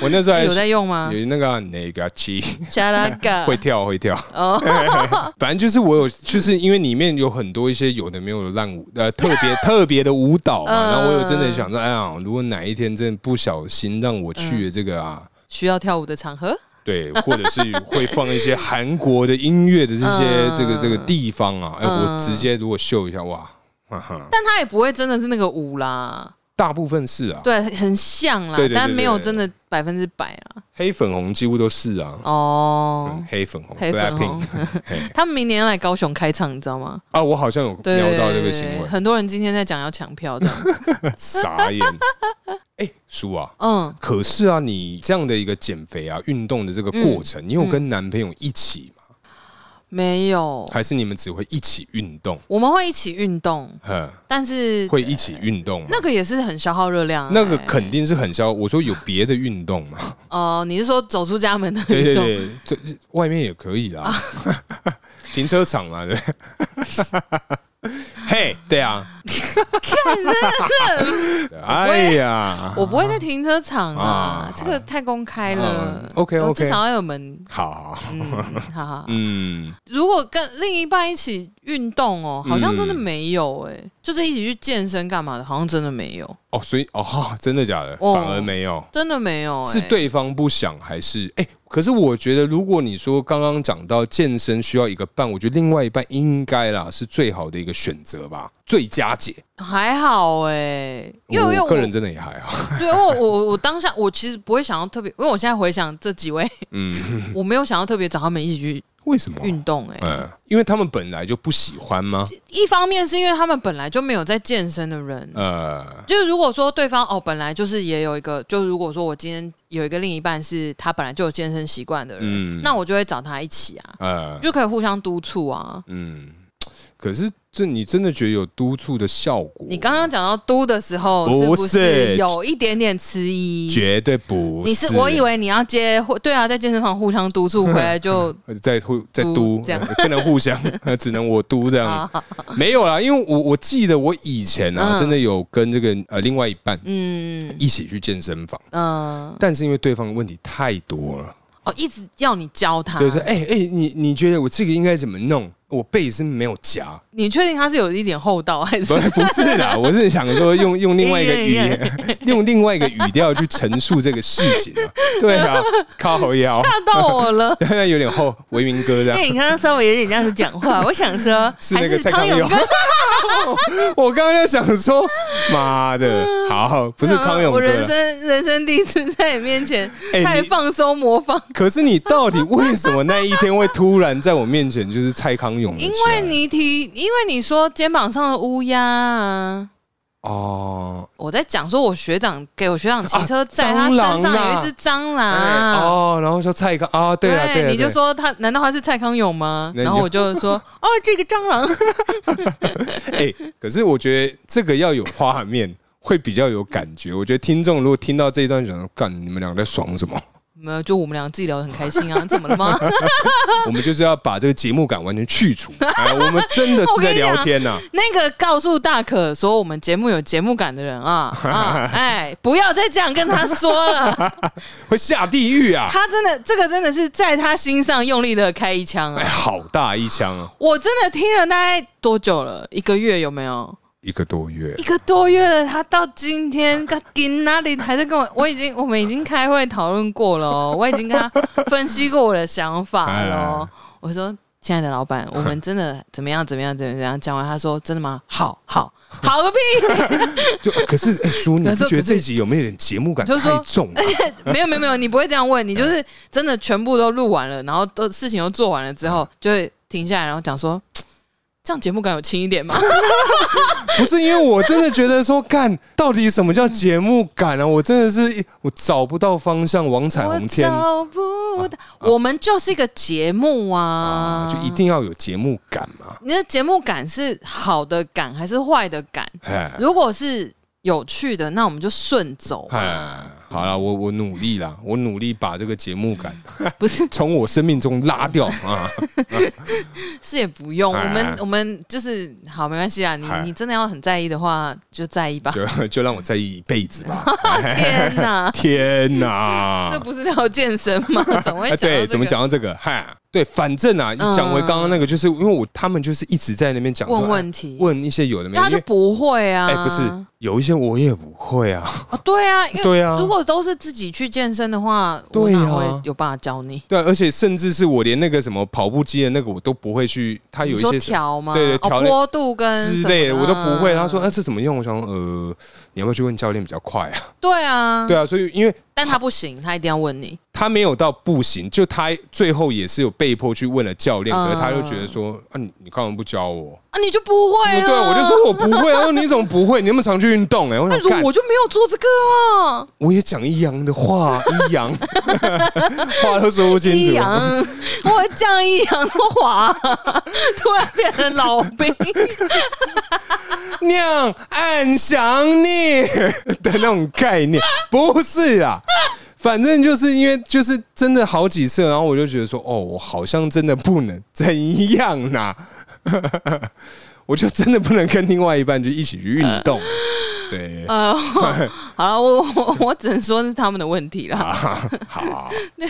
Speaker 1: 我那时候还
Speaker 2: 有在用吗？
Speaker 1: 有那个啊那个 g
Speaker 2: <laughs> 加拉嘎
Speaker 1: 会跳会跳，
Speaker 2: 哦，
Speaker 1: 反正就是我有，就是因为里面有很多一些有的没有的烂舞，呃，特
Speaker 2: <laughs>
Speaker 1: 别特别的舞蹈嘛。
Speaker 2: 嗯
Speaker 1: 然后我有真的想说，哎呀，如果哪一天真的不小心让我去了这个啊，
Speaker 2: 需要跳舞的场合，
Speaker 1: 对，或者是会放一些韩国的音乐的这些
Speaker 2: 嗯
Speaker 1: 这个这个地方啊，哎，我
Speaker 2: 嗯
Speaker 1: 直接如果秀一下，哇，哈哈，
Speaker 2: 但他也不会真的是那个舞啦。
Speaker 1: 大部分是啊，
Speaker 2: 对，很像啦，
Speaker 1: 对对对
Speaker 2: 但没有
Speaker 1: 对对
Speaker 2: 真的百分之百啦。
Speaker 1: 黑粉红几乎都是啊，
Speaker 2: 哦
Speaker 1: 嗯，黑粉红
Speaker 2: 黑粉红
Speaker 1: Blackpink 嘿
Speaker 2: 他们明年要来高雄开唱，你知道吗？
Speaker 1: 啊，我好像有
Speaker 2: 对， <laughs>
Speaker 1: 瞄到这个新闻，
Speaker 2: 很多人今天在讲要抢票的。
Speaker 1: 傻眼。哎，叔啊，
Speaker 2: 嗯，
Speaker 1: 可是啊，你这样的一个减肥啊、运动的这个
Speaker 2: 嗯
Speaker 1: 过程，你有跟男朋友一起吗？
Speaker 2: 没有，
Speaker 1: 还是你们只会一起运动？
Speaker 2: 我们会一起运动，
Speaker 1: 哼，
Speaker 2: 但是
Speaker 1: 会一起运动吗？
Speaker 2: 那个也是很消耗热量、欸。
Speaker 1: 那个肯定是很消。我说有别的运动吗？
Speaker 2: 哦、你是说走出家门的
Speaker 1: <laughs> 对
Speaker 2: 运
Speaker 1: 对
Speaker 2: 动？啊
Speaker 1: 对，这外面也可以啦， <laughs> 停车场嘛，对。 <laughs> 嘿，对啊，哎呀，
Speaker 2: 我不会在停车场啊，
Speaker 1: 啊
Speaker 2: 这个太公开了。
Speaker 1: 嗯，OK，
Speaker 2: 然后
Speaker 1: OK
Speaker 2: 至少要有门。
Speaker 1: 好，好 <laughs>
Speaker 2: 嗯，哈哈。
Speaker 1: 嗯，
Speaker 2: 如果跟另一半一起运动哦，好像真的
Speaker 1: 嗯
Speaker 2: 没有哎、就是一起去健身干嘛的，好像真的没有，
Speaker 1: 哦，所以哦，真的假的？
Speaker 2: 哦
Speaker 1: 反而没有，
Speaker 2: 真的没有、欸。
Speaker 1: 是对方不想还是？哎，可是我觉得，如果你说刚刚讲到健身需要一个伴，我觉得另外一半应该啦是最好的一个选择吧，最佳解。
Speaker 2: 还好哎、因为因为
Speaker 1: 我
Speaker 2: 我
Speaker 1: 个人真的也还好，
Speaker 2: <laughs> 对，因为我我我当下我其实不会想要特别，因为我现在回想这几位， <laughs>
Speaker 1: 嗯，
Speaker 2: 我没有想要特别找他们一起去
Speaker 1: 为什么？
Speaker 2: 运动哎、
Speaker 1: 嗯，因为他们本来就不喜欢吗？
Speaker 2: 一方面是因为他们本来就没有在健身的人，
Speaker 1: 呃，
Speaker 2: 就是如果说对方哦本来就是也有一个，就如果说我今天有一个另一半是他本来就有健身习惯的人，
Speaker 1: 嗯，
Speaker 2: 那我就会找他一起啊，
Speaker 1: 呃，
Speaker 2: 就可以互相督促啊。
Speaker 1: 嗯，可是这你真的觉得有督促的效果？
Speaker 2: 你刚刚讲到嘟的时候，
Speaker 1: 不
Speaker 2: 是不
Speaker 1: 是
Speaker 2: 是有一点点迟疑？
Speaker 1: 绝对不
Speaker 2: 你
Speaker 1: 是，
Speaker 2: 是我以为你要接，对啊，在健身房互相督促，回来
Speaker 1: <laughs>
Speaker 2: 就
Speaker 1: 呃在互在
Speaker 2: 嘟
Speaker 1: 嘟
Speaker 2: 这样，啊
Speaker 1: 不能互相， <laughs> 呃只能我嘟这样，没有啦，因为我我记得我以前啊，
Speaker 2: 嗯
Speaker 1: 真的有跟这个呃另外一半
Speaker 2: 嗯
Speaker 1: 一起去健身房，
Speaker 2: 嗯
Speaker 1: 但是因为对方的问题太多了。
Speaker 2: 哦，一直要你教他，
Speaker 1: 就是说，哎、哎、你你觉得我这个应该怎么弄？我背是没有夹，
Speaker 2: 你确定他是有一点厚道还是
Speaker 1: 不？是不是啦，我是想说用用另外一个
Speaker 2: 哎
Speaker 1: 语言， <laughs> 用另外一个语调去陈述这个事情、
Speaker 2: <laughs>
Speaker 1: 啊。对啊，靠腰，。
Speaker 2: <laughs> 吓到我了
Speaker 1: 有点后维明
Speaker 2: <laughs> 因
Speaker 1: 哥这样。
Speaker 2: 哎为你刚刚稍微有点这样子讲话，我想说
Speaker 1: <laughs> 是
Speaker 2: 还
Speaker 1: 那个
Speaker 2: 是
Speaker 1: 蔡
Speaker 2: 康
Speaker 1: 康
Speaker 2: 永
Speaker 1: 永
Speaker 2: 哥，，
Speaker 1: <laughs> 我刚刚在想说，妈的，好，不是康永
Speaker 2: 嗯 <laughs> 我
Speaker 1: 哥
Speaker 2: 人
Speaker 1: 啦。
Speaker 2: 生人生第一次在你面前
Speaker 1: 哎
Speaker 2: 太
Speaker 1: 你
Speaker 2: 放松模仿，
Speaker 1: 可是你到底为什么那一天会突然在我面前就是蔡康永了起
Speaker 2: 因
Speaker 1: 来？
Speaker 2: 为你提，因为你说肩膀上的乌鸦啊。
Speaker 1: 哦，
Speaker 2: 我在讲说，我学长给我学长骑车载他
Speaker 1: 啊
Speaker 2: 身
Speaker 1: 蟑螂
Speaker 2: 上
Speaker 1: 啊
Speaker 2: 有一只蟑螂，
Speaker 1: 哎哦，然后说蔡康啊，对啊，对啊，
Speaker 2: 啊你就
Speaker 1: 对啊
Speaker 2: 说他，难道他是蔡康永吗？
Speaker 1: 那你就
Speaker 2: 然后我就说，哦，这个蟑螂， <laughs>
Speaker 1: <laughs> 哎、可是我觉得这个要有画面，会比较有感觉。我觉得听众如果听到这一段，想说干你们两个在爽什
Speaker 2: <laughs>
Speaker 1: 么？
Speaker 2: 没有，就我们俩自己聊得很开心啊，怎么了吗？
Speaker 1: 我们就是要把这个节目感完全去除。哎，我们真的是在聊天啊呐、
Speaker 2: 那个告诉大可说我们节目有节目感的人啊啊，哎，不要再这样跟他说了，
Speaker 1: 会下地狱啊！
Speaker 2: 他真的这个真的是在他心上用力的开一枪
Speaker 1: 哎，
Speaker 2: 啊！
Speaker 1: 好大一枪啊！
Speaker 2: 我真的听了大概多久了？一个月有没有？
Speaker 1: 一个多月
Speaker 2: 一，个多月了，他到今天他跟哪里还在跟我，我已经我们已经开会讨论过了哦、我已经跟他分析过我的想法了哦、我说，亲爱的老板，我们真的怎么样怎么样怎么样？讲完他说，真的吗？好好好个屁！
Speaker 1: 就可是哎，叔、你
Speaker 2: 可是
Speaker 1: 不觉
Speaker 2: 可是
Speaker 1: 得这一集有没有点节目感
Speaker 2: 就是说
Speaker 1: 太重啊
Speaker 2: <laughs>
Speaker 1: 了？
Speaker 2: 没有没有没有，你不会这样问，你
Speaker 1: 嗯
Speaker 2: 就是真的全部都录完了，然后都事情都做完了之
Speaker 1: 嗯
Speaker 2: 后，就会停下来，然后讲说，嘖这样节目感有轻一点吗？
Speaker 1: 不是因为我真的觉得说，干到底什么叫节目感啊？我真的是我找不到方向，往彩
Speaker 2: 我
Speaker 1: 虹天
Speaker 2: 找不到，我们就是一个节目啊
Speaker 1: 啊啊，，就一定要有节目感嘛。
Speaker 2: 你的节目感是好的感还是坏的感？
Speaker 1: 哎
Speaker 2: 如果是有趣的，那我们就顺走，
Speaker 1: 哎，好了，我我努力啦，我努力把这个节目感 <laughs>
Speaker 2: 不是 <laughs>
Speaker 1: 从我生命中拉掉啊！
Speaker 2: 是也不用。我
Speaker 1: 哎
Speaker 2: 们我们就是好，没关系啦。啊你
Speaker 1: 哎
Speaker 2: 你真的要很在意的话，就在意吧。
Speaker 1: 就就让我在意一辈子吧！，
Speaker 2: <laughs> 天哪
Speaker 1: <laughs>
Speaker 2: 这
Speaker 1: 天
Speaker 2: <laughs>
Speaker 1: 哪！
Speaker 2: 不是聊健身
Speaker 1: <laughs>
Speaker 2: 吗？怎么会
Speaker 1: 啊哎，
Speaker 2: 讲到这
Speaker 1: 对，
Speaker 2: 个？
Speaker 1: 怎么讲到这个？嗨，对，反正啊，
Speaker 2: 嗯
Speaker 1: 讲回刚刚那个，就是因为我他们就是一直在那边讲说
Speaker 2: 问问
Speaker 1: 哎
Speaker 2: 题？
Speaker 1: 问一些有的没
Speaker 2: 那他
Speaker 1: 的，因
Speaker 2: 就
Speaker 1: 为
Speaker 2: 不会啊。
Speaker 1: 哎，不是有一些我也不会啊， <laughs>
Speaker 2: 哦，对啊，因为
Speaker 1: 对啊
Speaker 2: 如果都是自己去健身的话，我
Speaker 1: 对
Speaker 2: 哪
Speaker 1: 啊
Speaker 2: 会有办法教你？
Speaker 1: 对啊，而且甚至是我连那个什么跑步机的那个我都不会去，他有
Speaker 2: 你
Speaker 1: 一
Speaker 2: 说
Speaker 1: 些什么
Speaker 2: 调吗？
Speaker 1: 对对
Speaker 2: 哦
Speaker 1: 调那
Speaker 2: 坡度跟
Speaker 1: 之
Speaker 2: 什
Speaker 1: 类的
Speaker 2: 么
Speaker 1: 我都不会。
Speaker 2: 啊
Speaker 1: 他说：“哎那这怎么用？”我想说呃，你要不要去问教练比较快啊？
Speaker 2: 对啊，
Speaker 1: 对啊，所以因为
Speaker 2: 但他不行，他一定要问你。
Speaker 1: 他没有到不行，就他最后也是有被迫去问了教
Speaker 2: 嗯
Speaker 1: 练，可是他就觉得说啊，你你干嘛不教我？
Speaker 2: 啊，你就不会啊？
Speaker 1: 对，我就说我不会，他说你怎么不会？你那么常去运动哎、我
Speaker 2: 那
Speaker 1: 想
Speaker 2: 如
Speaker 1: 干
Speaker 2: 我就没有做这个啊，
Speaker 1: 我也讲一样的话，一
Speaker 2: <laughs>
Speaker 1: 样话都说不清
Speaker 2: 一
Speaker 1: 楚。
Speaker 2: 阳， <laughs> 我讲一阳的话， <laughs> 突然变成老兵， <laughs>
Speaker 1: 酿暗想你 <laughs> 的那种概念，不是啊。反正就是因为就是真的好几次，然后我就觉得说，哦，我好像真的不能 <laughs> 怎样啦、 <laughs> 我就真的不能跟另外一半就一起去运
Speaker 2: <laughs>
Speaker 1: 动，对
Speaker 2: 呃，好了，我我我只能说是他们的问题啦，
Speaker 1: 啊，好，
Speaker 2: 因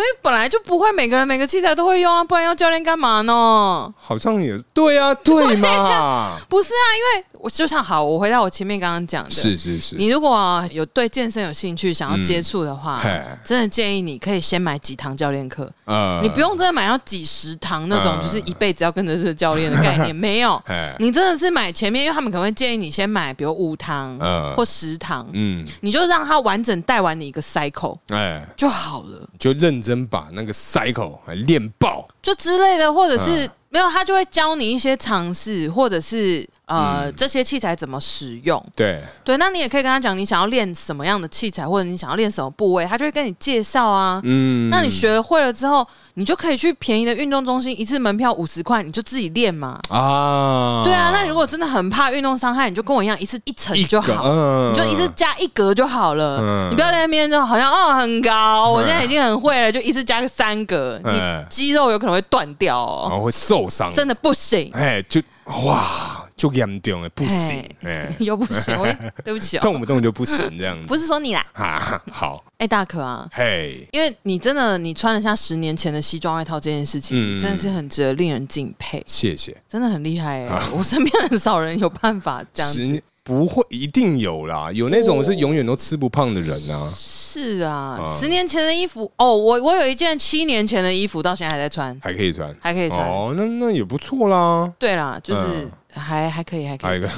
Speaker 2: 为本来就不会每个人每个器材都会用啊，不然要教练干嘛呢？
Speaker 1: 好像也对啊，
Speaker 2: <laughs>
Speaker 1: 对嘛，
Speaker 2: 不是啊，因为我就像好，我回到我前面刚刚讲的，
Speaker 1: 是是是，
Speaker 2: 你如果有对健身有兴趣，想要接触的话，
Speaker 1: 嘿
Speaker 2: 真的建议你可以先买几堂教练课。
Speaker 1: 呃
Speaker 2: 你不，用真的买到几十堂那种，
Speaker 1: 嗯
Speaker 2: 就是一辈子要跟着这个教练的概念，没
Speaker 1: <laughs>
Speaker 2: 有
Speaker 1: 哎。
Speaker 2: 你真的是买前面，因为他们可能会建议你先买，比如五堂
Speaker 1: 嗯
Speaker 2: 或十堂，
Speaker 1: 嗯，
Speaker 2: 你就让他完整带完你一个 cycle
Speaker 1: 哎，
Speaker 2: 就好了，
Speaker 1: 你就认真把那个 cycle 还练爆，
Speaker 2: 就之类的，或者
Speaker 1: 嗯
Speaker 2: 是没有，他就会教你一些常识，或者是呃
Speaker 1: 嗯
Speaker 2: 这些器材怎么使用。
Speaker 1: 对，
Speaker 2: 对，那你也可以跟他讲你想要练什么样的器材，或者你想要练什么部位，他就会跟你介绍啊。
Speaker 1: 嗯
Speaker 2: 那你学会了之后，你就可以去便宜的运动中心，一次门票五十块，你就自己练嘛。
Speaker 1: 啊，
Speaker 2: 对啊，那你如果真的很怕运动伤害，你就跟我一样，一次一层
Speaker 1: 一
Speaker 2: 就
Speaker 1: 个
Speaker 2: 好，
Speaker 1: 嗯
Speaker 2: 你就一次加一格就好了。
Speaker 1: 嗯
Speaker 2: 你不要在那边就好像哦很高，我现在已经很会了，就一次加个三格，
Speaker 1: 嗯
Speaker 2: 你肌肉有可能会断掉
Speaker 1: 然
Speaker 2: 哦，
Speaker 1: 后会受伤，
Speaker 2: 真
Speaker 1: 的，
Speaker 2: 的不行，
Speaker 1: 哎，就哇，就严重了，不行，
Speaker 2: <laughs>
Speaker 1: 哎，
Speaker 2: 又不行，我也对不起哦，
Speaker 1: 动不动就不行这样子，
Speaker 2: 不是说你啦，
Speaker 1: 啊，好，
Speaker 2: 哎大可啊。
Speaker 1: 嘿，
Speaker 2: 因为你真的，你穿得像十年前的西装外套这件事情，
Speaker 1: 嗯
Speaker 2: 真的是很值得令人敬佩，
Speaker 1: 谢谢，
Speaker 2: 真的很厉害哎、我身边很少人有办法这样
Speaker 1: 啊十
Speaker 2: 子
Speaker 1: 年。不会，一定有啦，有那种是永远都吃不胖的人
Speaker 2: 哦
Speaker 1: 啊，
Speaker 2: 是啊，
Speaker 1: 啊
Speaker 2: 十年前的衣服哦，我我有一件七年前的衣服，到现在还在穿，
Speaker 1: 还可以穿，
Speaker 2: 还可以穿。
Speaker 1: 哦，那那也不错啦。哎
Speaker 2: 对啦，就是
Speaker 1: 嗯
Speaker 2: 还还可以，还
Speaker 1: 还
Speaker 2: 可
Speaker 1: 有
Speaker 2: 以，
Speaker 1: 一个，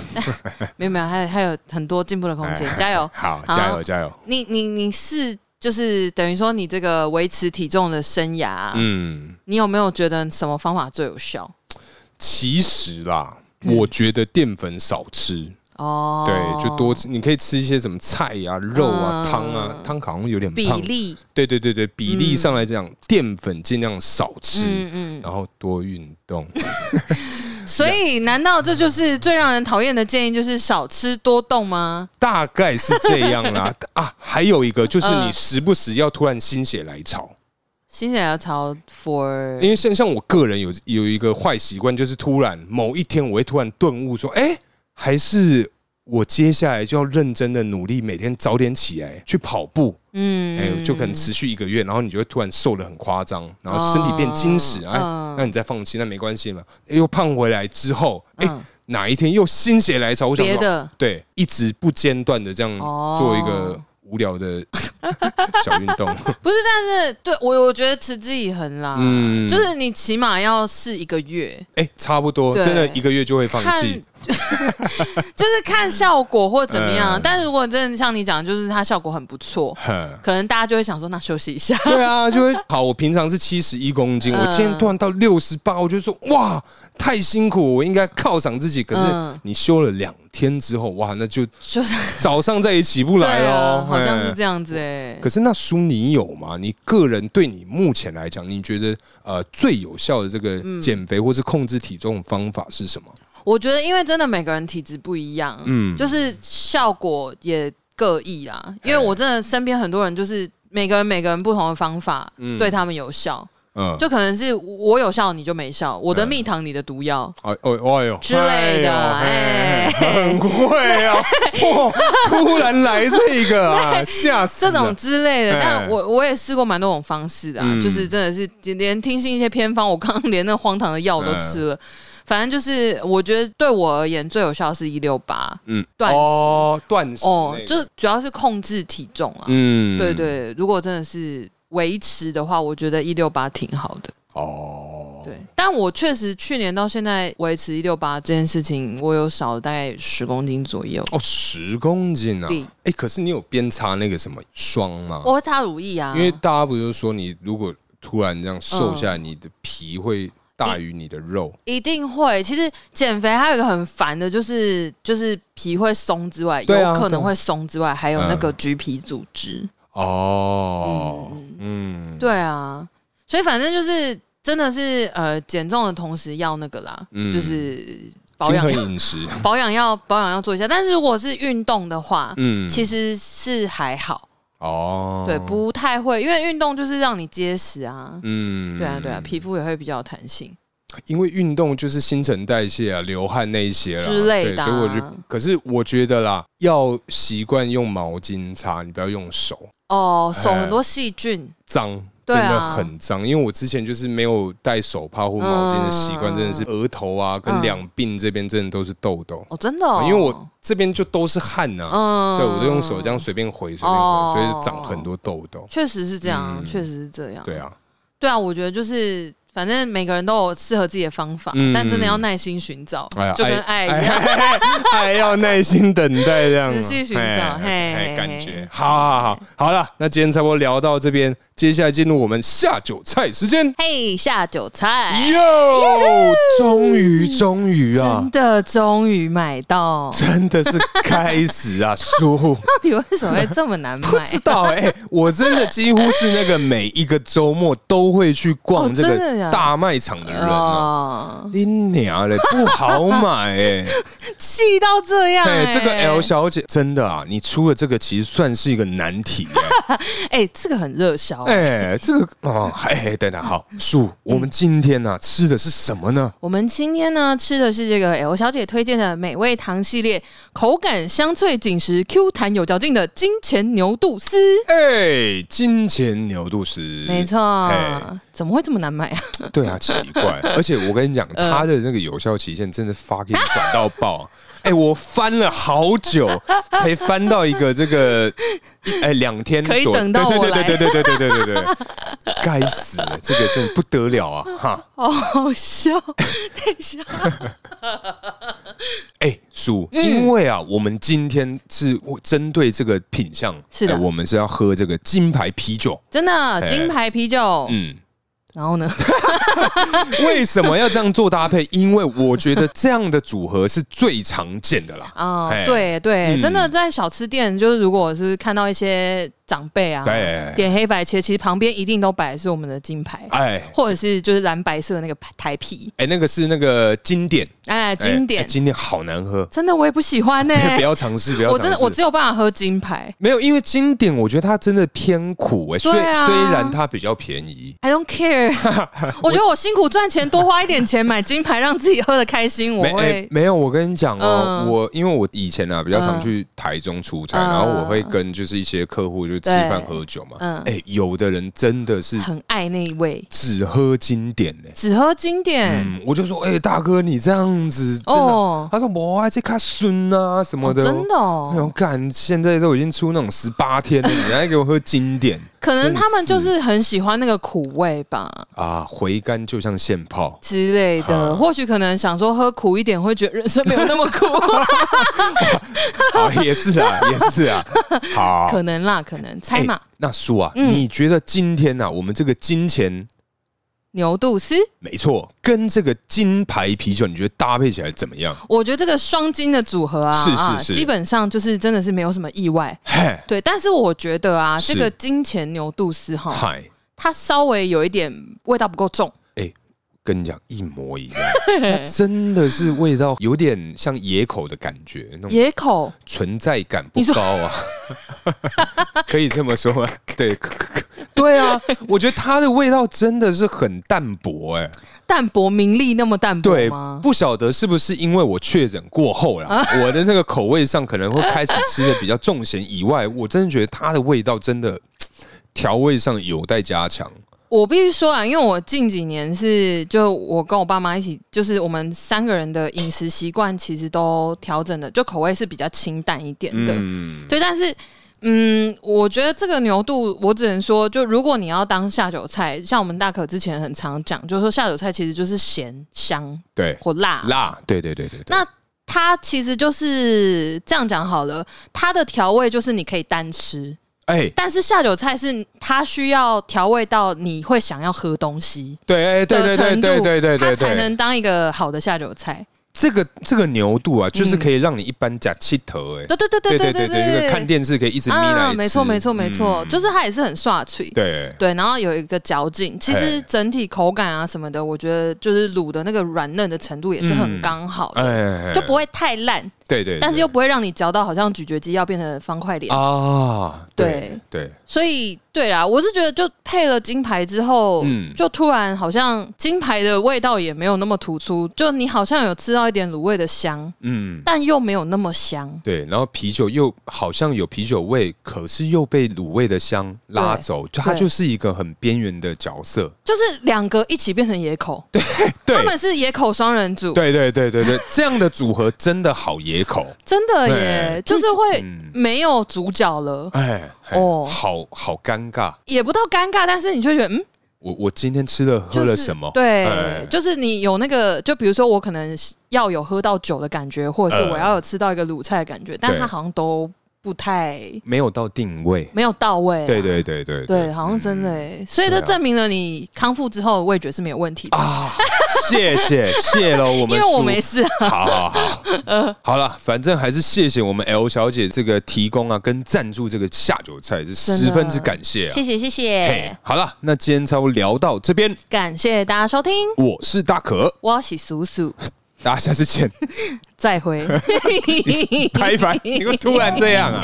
Speaker 2: 没有没有，还有还有很多进步的空间
Speaker 1: 哎，
Speaker 2: 加油！
Speaker 1: <laughs> 好，
Speaker 2: 好
Speaker 1: 加油，加油，
Speaker 2: 你你你是就是等于说你这个维持体重的生涯，啊
Speaker 1: 嗯。
Speaker 2: 你有没有觉得什么方法最有效？
Speaker 1: 其实啦，我觉得淀粉少吃，
Speaker 2: 嗯哦，
Speaker 1: 对，就多吃，你可以吃一些什么菜呀、肉啊、
Speaker 2: 嗯
Speaker 1: 汤啊，汤好像有点
Speaker 2: 比
Speaker 1: 胖，
Speaker 2: 例，
Speaker 1: 对对对对，比例
Speaker 2: 嗯
Speaker 1: 上来讲，淀粉尽量少吃，
Speaker 2: 嗯嗯。
Speaker 1: 然后多运动。
Speaker 2: 所以，难道这就是最让人讨厌的建议，就是少吃多动吗？
Speaker 1: 大概是这样啦
Speaker 2: <laughs>
Speaker 1: 啊，还有一个就是你
Speaker 2: 嗯
Speaker 1: 时不时要突然心血来潮，
Speaker 2: 心血来潮 for
Speaker 1: 因为像像我个人有有一个坏习惯，就是突然某一天我会突然顿悟说，哎、还是我接下来就要认真的努力，每天早点起来去跑步，
Speaker 2: 嗯
Speaker 1: 哎、就可能持续一个月，然后你就会突然瘦的很夸张，然后身体变结实，
Speaker 2: 哦
Speaker 1: 哎、
Speaker 2: 嗯
Speaker 1: 那你再放弃，那没关系嘛。哎又胖回来之后，哎、
Speaker 2: 嗯
Speaker 1: 哪一天又心血来潮，我想
Speaker 2: 别
Speaker 1: 说，
Speaker 2: 的
Speaker 1: 对，一直不间断的这样
Speaker 2: 哦
Speaker 1: 做一个无聊的 <laughs> 小运动，
Speaker 2: 不是，但是对我我觉得持之以恒啦，
Speaker 1: 嗯
Speaker 2: 就是你起码要试一个月，
Speaker 1: 哎、差不多，
Speaker 2: 对
Speaker 1: 真的一个月就会放
Speaker 2: 看
Speaker 1: 弃，
Speaker 2: 就是看效果或怎么样。
Speaker 1: 嗯
Speaker 2: 但如果真的像你讲，就是它效果很不错，
Speaker 1: 哼。
Speaker 2: 可能大家就会想说，那休息一下。
Speaker 1: 对啊，就会好。我平常是七十一公斤，
Speaker 2: 嗯
Speaker 1: 我今天突然到六十八，我就说哇，太辛苦，我应该犒赏自己。可是
Speaker 2: 嗯
Speaker 1: 你休了两天之后，哇，那就
Speaker 2: 就是
Speaker 1: 早上再也起不
Speaker 2: <laughs> 对
Speaker 1: 来
Speaker 2: 啊
Speaker 1: 哦，，
Speaker 2: 好像是
Speaker 1: 嘿
Speaker 2: 这样子哎、
Speaker 1: 可是那书你有吗？你个人对你目前来讲，你觉得呃最有效的这个
Speaker 2: 嗯
Speaker 1: 减肥或是控制体重的方法是什么？
Speaker 2: 我觉得，因为真的每个人体质不一样，
Speaker 1: 嗯，哎
Speaker 2: 就是效果也各异啦。因为我真的身边很多人，就是每个人每个人不同的方法，
Speaker 1: 嗯
Speaker 2: 对他们有效。
Speaker 1: 嗯，
Speaker 2: 就可能是我有效，你就没效；我的
Speaker 1: 嗯
Speaker 2: 蜜糖，你的毒药。
Speaker 1: 哎哦哎呦
Speaker 2: 之类的
Speaker 1: 哎呦
Speaker 2: 哎
Speaker 1: 嘿很会
Speaker 2: <laughs>
Speaker 1: 啊！哇，突然来这个啊，吓死
Speaker 2: 这
Speaker 1: 了！
Speaker 2: 种之类的，
Speaker 1: 哎
Speaker 2: 但我我也试过蛮多种方式的、啊，
Speaker 1: 嗯
Speaker 2: 就是真的是连连听信一些偏方，我刚刚连那荒唐的药都吃
Speaker 1: 哎
Speaker 2: 了。反正就是，我觉得对我而言最有效是一六八
Speaker 1: 嗯
Speaker 2: 断食
Speaker 1: 哦断食
Speaker 2: 哦
Speaker 1: 那，个
Speaker 2: 就是主要是控制体重啊。
Speaker 1: 嗯
Speaker 2: 对对，如果真的是维持的话，我觉得一六八挺好的。
Speaker 1: 哦，
Speaker 2: 对，但我确实去年到现在维持一六八这件事情，我有少了大概十公斤左右。
Speaker 1: 哦，十公斤啊！
Speaker 2: 对
Speaker 1: 哎、可是你有边擦那个什么霜吗？
Speaker 2: 我会擦乳液啊，
Speaker 1: 因为大家不是说你如果突然这样瘦下来，你的皮会大于你的肉。
Speaker 2: 一定会。其实减肥还有一个很烦的，就是就是皮会松之外，
Speaker 1: 对啊
Speaker 2: 有可
Speaker 1: 对啊
Speaker 2: 能会松之外，还有
Speaker 1: 嗯
Speaker 2: 那个橘皮组织。
Speaker 1: 哦，
Speaker 2: 嗯
Speaker 1: 嗯，
Speaker 2: 对啊，所以反正就是真的是呃，减重的同时要那个啦，
Speaker 1: 嗯
Speaker 2: 就是保
Speaker 1: 均
Speaker 2: 养
Speaker 1: 衡
Speaker 2: <laughs>
Speaker 1: 饮食，
Speaker 2: 保养要保养要做一下。但是如果是运动的话，
Speaker 1: 嗯，
Speaker 2: 其
Speaker 1: 实
Speaker 2: 实是还好，
Speaker 1: 哦，
Speaker 2: 对，，不太会，因为运动就是让你结实啊。
Speaker 1: 嗯
Speaker 2: 对啊，对啊，皮肤也会比较有弹性。
Speaker 1: 因为运动就是新陈代谢啊、流汗那一些啦
Speaker 2: 之类的啊
Speaker 1: 对所以我就，可是我觉得啦，要习惯用毛巾擦，你不要用手，
Speaker 2: 哦，手
Speaker 1: 哎
Speaker 2: 很多细菌，
Speaker 1: 脏。真
Speaker 2: 对啊
Speaker 1: 的很脏，因为我之前就是没有戴手帕或毛巾的习惯，
Speaker 2: 嗯
Speaker 1: 真的是额头啊跟
Speaker 2: 嗯
Speaker 1: 两鬓这边真的都是痘痘，
Speaker 2: 哦，真的哦、
Speaker 1: 哎因为我这边就都是汗呐、
Speaker 2: 嗯
Speaker 1: 对我都用手这样，随便挥随便
Speaker 2: 哦
Speaker 1: 挥，所以就长很多痘痘。
Speaker 2: 确实是这样，啊
Speaker 1: 嗯
Speaker 2: 确、实是这样。
Speaker 1: 对啊，
Speaker 2: 对啊，我觉得就是反正每个人都有适合自己的方法，
Speaker 1: 嗯
Speaker 2: 但真的要耐心寻找，
Speaker 1: 哎呀，
Speaker 2: 就跟爱一样。
Speaker 1: 哎， <laughs> 爱要耐心等
Speaker 2: <laughs>
Speaker 1: 待这样，
Speaker 2: 仔细寻找
Speaker 1: 哎
Speaker 2: 嘿
Speaker 1: 哎
Speaker 2: 嘿
Speaker 1: 感
Speaker 2: 嘿
Speaker 1: 觉好好好好了，那今天差不多聊到这边，接下来进入我们下酒菜时间。
Speaker 2: 嘿，下酒菜，
Speaker 1: 哟，终于终于啊
Speaker 2: 真，的终于买到，
Speaker 1: 真的是开始啊， <laughs> 叔。
Speaker 2: <laughs> 到底为什么会这么难买？
Speaker 1: 不知道哎、我真的几乎是那个每一个周末都会去
Speaker 2: 哦
Speaker 1: 逛这
Speaker 2: 真的
Speaker 1: 个
Speaker 2: 呀
Speaker 1: 大卖场的人啊。
Speaker 2: 哦，
Speaker 1: 你娘嘞，不好买
Speaker 2: <laughs>
Speaker 1: 哎、
Speaker 2: 气到这样、
Speaker 1: 哎、
Speaker 2: 欸！
Speaker 1: 这个 L 小姐真的啊，你出的这个其实算是一个难题
Speaker 2: <laughs>
Speaker 1: 哎、
Speaker 2: 哎、这个很热销、啊
Speaker 1: 哎、这个哦，哎、等等，好，叔，我们今天呢、吃的是什么呢？
Speaker 2: 我们今天呢吃的是这个 L 小姐推荐的美味堂系列，口感香脆紧实、Q 弹有嚼劲的金钱牛肚丝。
Speaker 1: 哎、金钱牛肚丝，
Speaker 2: 没错
Speaker 1: 哎，
Speaker 2: 怎么会这么难买啊？ <laughs> 嗯
Speaker 1: 对啊，奇怪，而且我跟你讲，它的那个有效期限真的 fucking 短到爆。 <laughs> 哎、我翻了好久，才翻到一个这个，哎、两天
Speaker 2: 可以
Speaker 1: 左右
Speaker 2: 等到我
Speaker 1: 对
Speaker 2: 来
Speaker 1: 对对对对对对对对对，该死了，这个真的不得了啊！哈，
Speaker 2: 好好笑，等一下，
Speaker 1: <laughs> 哎、叔，因为啊，我们今天是针对这个品相，
Speaker 2: 是的
Speaker 1: 哎我们是要喝这个金牌啤酒。
Speaker 2: 真的
Speaker 1: 哎
Speaker 2: 金牌啤酒。
Speaker 1: 嗯，
Speaker 2: 然
Speaker 1: <laughs>
Speaker 2: 后呢？
Speaker 1: 为什么要这样做搭配？ <laughs> 因为我觉得这样的组合是最常见的啦。
Speaker 2: 啊、
Speaker 1: 哎
Speaker 2: 对对，
Speaker 1: 嗯
Speaker 2: 真的在小吃店，就是如果是看到一些长辈啊，
Speaker 1: 对
Speaker 2: 点黑白切，其实旁边一定都摆是我们的金牌，
Speaker 1: 哎，
Speaker 2: 或者是就是蓝白色的那个台皮，
Speaker 1: 哎、那个是那个经典，
Speaker 2: 哎，
Speaker 1: 哎
Speaker 2: 经典，
Speaker 1: 哎经典好难喝，
Speaker 2: 真的我也不喜欢呢、
Speaker 1: <laughs> 不要尝试，不要尝
Speaker 2: 我
Speaker 1: 试。
Speaker 2: 真的我只有办法喝金牌
Speaker 1: 没有，因为经典，我觉得它真的偏苦哎、虽
Speaker 2: 对啊
Speaker 1: 虽然它比较便宜，
Speaker 2: ，I don't care 。
Speaker 1: <laughs>
Speaker 2: 我觉得我辛苦赚钱，多花一点钱买金牌，让自己喝的开心，我
Speaker 1: 没哎
Speaker 2: 会。
Speaker 1: 没有，我跟你讲哦、
Speaker 2: 嗯
Speaker 1: 我因为我以前啊比较常
Speaker 2: 嗯
Speaker 1: 去台中出差，
Speaker 2: 嗯
Speaker 1: 然后我会跟就是一些客户就吃
Speaker 2: 对
Speaker 1: 饭喝酒嘛，
Speaker 2: 嗯
Speaker 1: 哎、有的人真的是
Speaker 2: 很爱那一位，
Speaker 1: 只喝经典哎、
Speaker 2: 只喝经典。
Speaker 1: 嗯，我就说，哎、大哥，你这样子真的，
Speaker 2: 哦
Speaker 1: 他说我爱这卡孙啊什么
Speaker 2: 哦
Speaker 1: 的，
Speaker 2: 真的
Speaker 1: 哎呦，
Speaker 2: 哦，
Speaker 1: 干！现在都已经出那种十八天了，你还给我喝
Speaker 2: <laughs>
Speaker 1: 经典
Speaker 2: 可能他们就
Speaker 1: 真
Speaker 2: 是很喜欢那个苦味吧，
Speaker 1: 啊，回甘就像现泡
Speaker 2: 之类的。或许可能想说喝苦一点，会觉得人生没有那么
Speaker 1: <laughs>
Speaker 2: 苦，
Speaker 1: 啊，也是啊，也是啊，好，
Speaker 2: <laughs> 可能啦，可能猜嘛
Speaker 1: 哎。那叔啊，
Speaker 2: 嗯
Speaker 1: 你觉得今天呢、啊，我们这个金钱
Speaker 2: 牛肚丝，
Speaker 1: 没错，跟这个金牌啤酒，你觉得搭配起来怎么样？
Speaker 2: 我觉得这个双金的组合啊，
Speaker 1: 是是
Speaker 2: 啊
Speaker 1: 是
Speaker 2: 基本上就是真的是没有什么意外。
Speaker 1: 嘿，
Speaker 2: 对，但是我觉得啊，
Speaker 1: 是
Speaker 2: 这个金钱牛肚丝哈，
Speaker 1: 嗨，
Speaker 2: 它稍微有一点味道不够重，
Speaker 1: 跟你讲一
Speaker 2: <laughs>
Speaker 1: 模一样，它真的是味道有点像野口的感觉，那种
Speaker 2: 野口
Speaker 1: 存在感不
Speaker 2: 你说
Speaker 1: 高啊， <laughs> 可以这么说
Speaker 2: <laughs>
Speaker 1: 吗？对，可可可对啊，我觉得它的味道真的是很淡薄哎、
Speaker 2: 淡薄，名利那么淡薄
Speaker 1: 对
Speaker 2: 吗，？啊
Speaker 1: 不晓得是不是因为我确诊过后啦，我的那个口味上可能会开始吃的比较重咸以外，我真的觉得它的味道真的调味上有待加强。
Speaker 2: 我必须说啊，因为我近几年是就我跟我爸妈一起，就是我们三个人的饮食习惯其实都调整的，就口味是比较清淡一点的。
Speaker 1: 嗯，
Speaker 2: 对，但是嗯，我觉得这个牛肚，我只能说，就如果你要当下酒菜，像我们大可之前很常讲，就是说下酒菜其实就是咸、香
Speaker 1: 对，
Speaker 2: 或辣。
Speaker 1: 辣，对对对对对，
Speaker 2: 那它其实就是这样讲好了，它的调味就是你可以单吃，
Speaker 1: 哎，
Speaker 2: 但是下酒菜是它需要调味到你会想要喝东西
Speaker 1: 对，哎，对
Speaker 2: 的
Speaker 1: 对
Speaker 2: 程
Speaker 1: 对
Speaker 2: 度，
Speaker 1: 对对对
Speaker 2: 它
Speaker 1: 对
Speaker 2: 才
Speaker 1: 对，
Speaker 2: 能当一个好的下酒菜。
Speaker 1: 这个这个牛肚啊，
Speaker 2: 嗯
Speaker 1: 就是可以让你一般假气头，哎，
Speaker 2: 对对对对
Speaker 1: 对对对对，
Speaker 2: 对
Speaker 1: 这个看电视可以一直眯来
Speaker 2: 啊，
Speaker 1: 吃，
Speaker 2: 没错没错没错，
Speaker 1: 嗯
Speaker 2: 就是它也是很刷脆。
Speaker 1: 对，
Speaker 2: 对，然后有一个嚼劲，其实
Speaker 1: 哎
Speaker 2: 整体口感啊什么的，我觉得就是卤的那个软嫩的程度也是很刚好的，
Speaker 1: 嗯哎，
Speaker 2: 就不会太烂，
Speaker 1: 对对，对
Speaker 2: 但是又不会让你嚼到好像咀嚼肌要变成方块脸。
Speaker 1: 啊，对
Speaker 2: 对
Speaker 1: 对，
Speaker 2: 所以，对啦，我是觉得就配了金牌之后，
Speaker 1: 嗯
Speaker 2: 就突然好像金牌的味道也没有那么突出，就你好像有吃到一点卤味的香，
Speaker 1: 嗯。
Speaker 2: 但又没有那么香。
Speaker 1: 对，然后啤酒又好像有啤酒味，可是又被卤味的香拉走，就它
Speaker 2: 对
Speaker 1: 就是一个很边缘的角色。
Speaker 2: 就是两个一起变成野口，
Speaker 1: 对
Speaker 2: 他，们是野口双人组，
Speaker 1: 对对对对对，这样的组合真的好野
Speaker 2: <laughs>
Speaker 1: 口，
Speaker 2: 真的耶
Speaker 1: 对，
Speaker 2: 就是会
Speaker 1: 嗯
Speaker 2: 没有主角了。
Speaker 1: 哎，哦
Speaker 2: 哦，
Speaker 1: 好好尴尬。
Speaker 2: 也不到尴尬，但是你就会觉得嗯，
Speaker 1: 我我今天吃了喝了
Speaker 2: 就是
Speaker 1: 什么？
Speaker 2: 对，
Speaker 1: 哎
Speaker 2: 就是你有那个，就比如说我可能要有喝到酒的感觉，或者是
Speaker 1: 呃
Speaker 2: 我要有吃到一个卤菜的感觉，但它好像都不太
Speaker 1: 没有到定位。
Speaker 2: 没有到位、啊。
Speaker 1: 对对对对
Speaker 2: 对，好像真的哎、所以
Speaker 1: 对
Speaker 2: 这
Speaker 1: 啊
Speaker 2: 证明了你康复之后味觉是没有问题的，
Speaker 1: 啊，谢谢谢了我们，
Speaker 2: <laughs> 因为我没。事
Speaker 1: <laughs>
Speaker 2: 啊。
Speaker 1: 好好好，好了，反正还是谢谢我们 L 小姐这个提供啊，跟赞助这个下酒菜是
Speaker 2: 真的
Speaker 1: 十分之感谢啊。
Speaker 3: 谢谢谢
Speaker 1: 嘿
Speaker 3: 谢，，
Speaker 1: 好了，那今天差不多聊到这边，
Speaker 2: 感谢大家收听，
Speaker 1: 我是大可，
Speaker 2: 我是叔叔，
Speaker 1: 大家下次见，
Speaker 2: 再会。
Speaker 1: 拜拜。你们突然这样啊？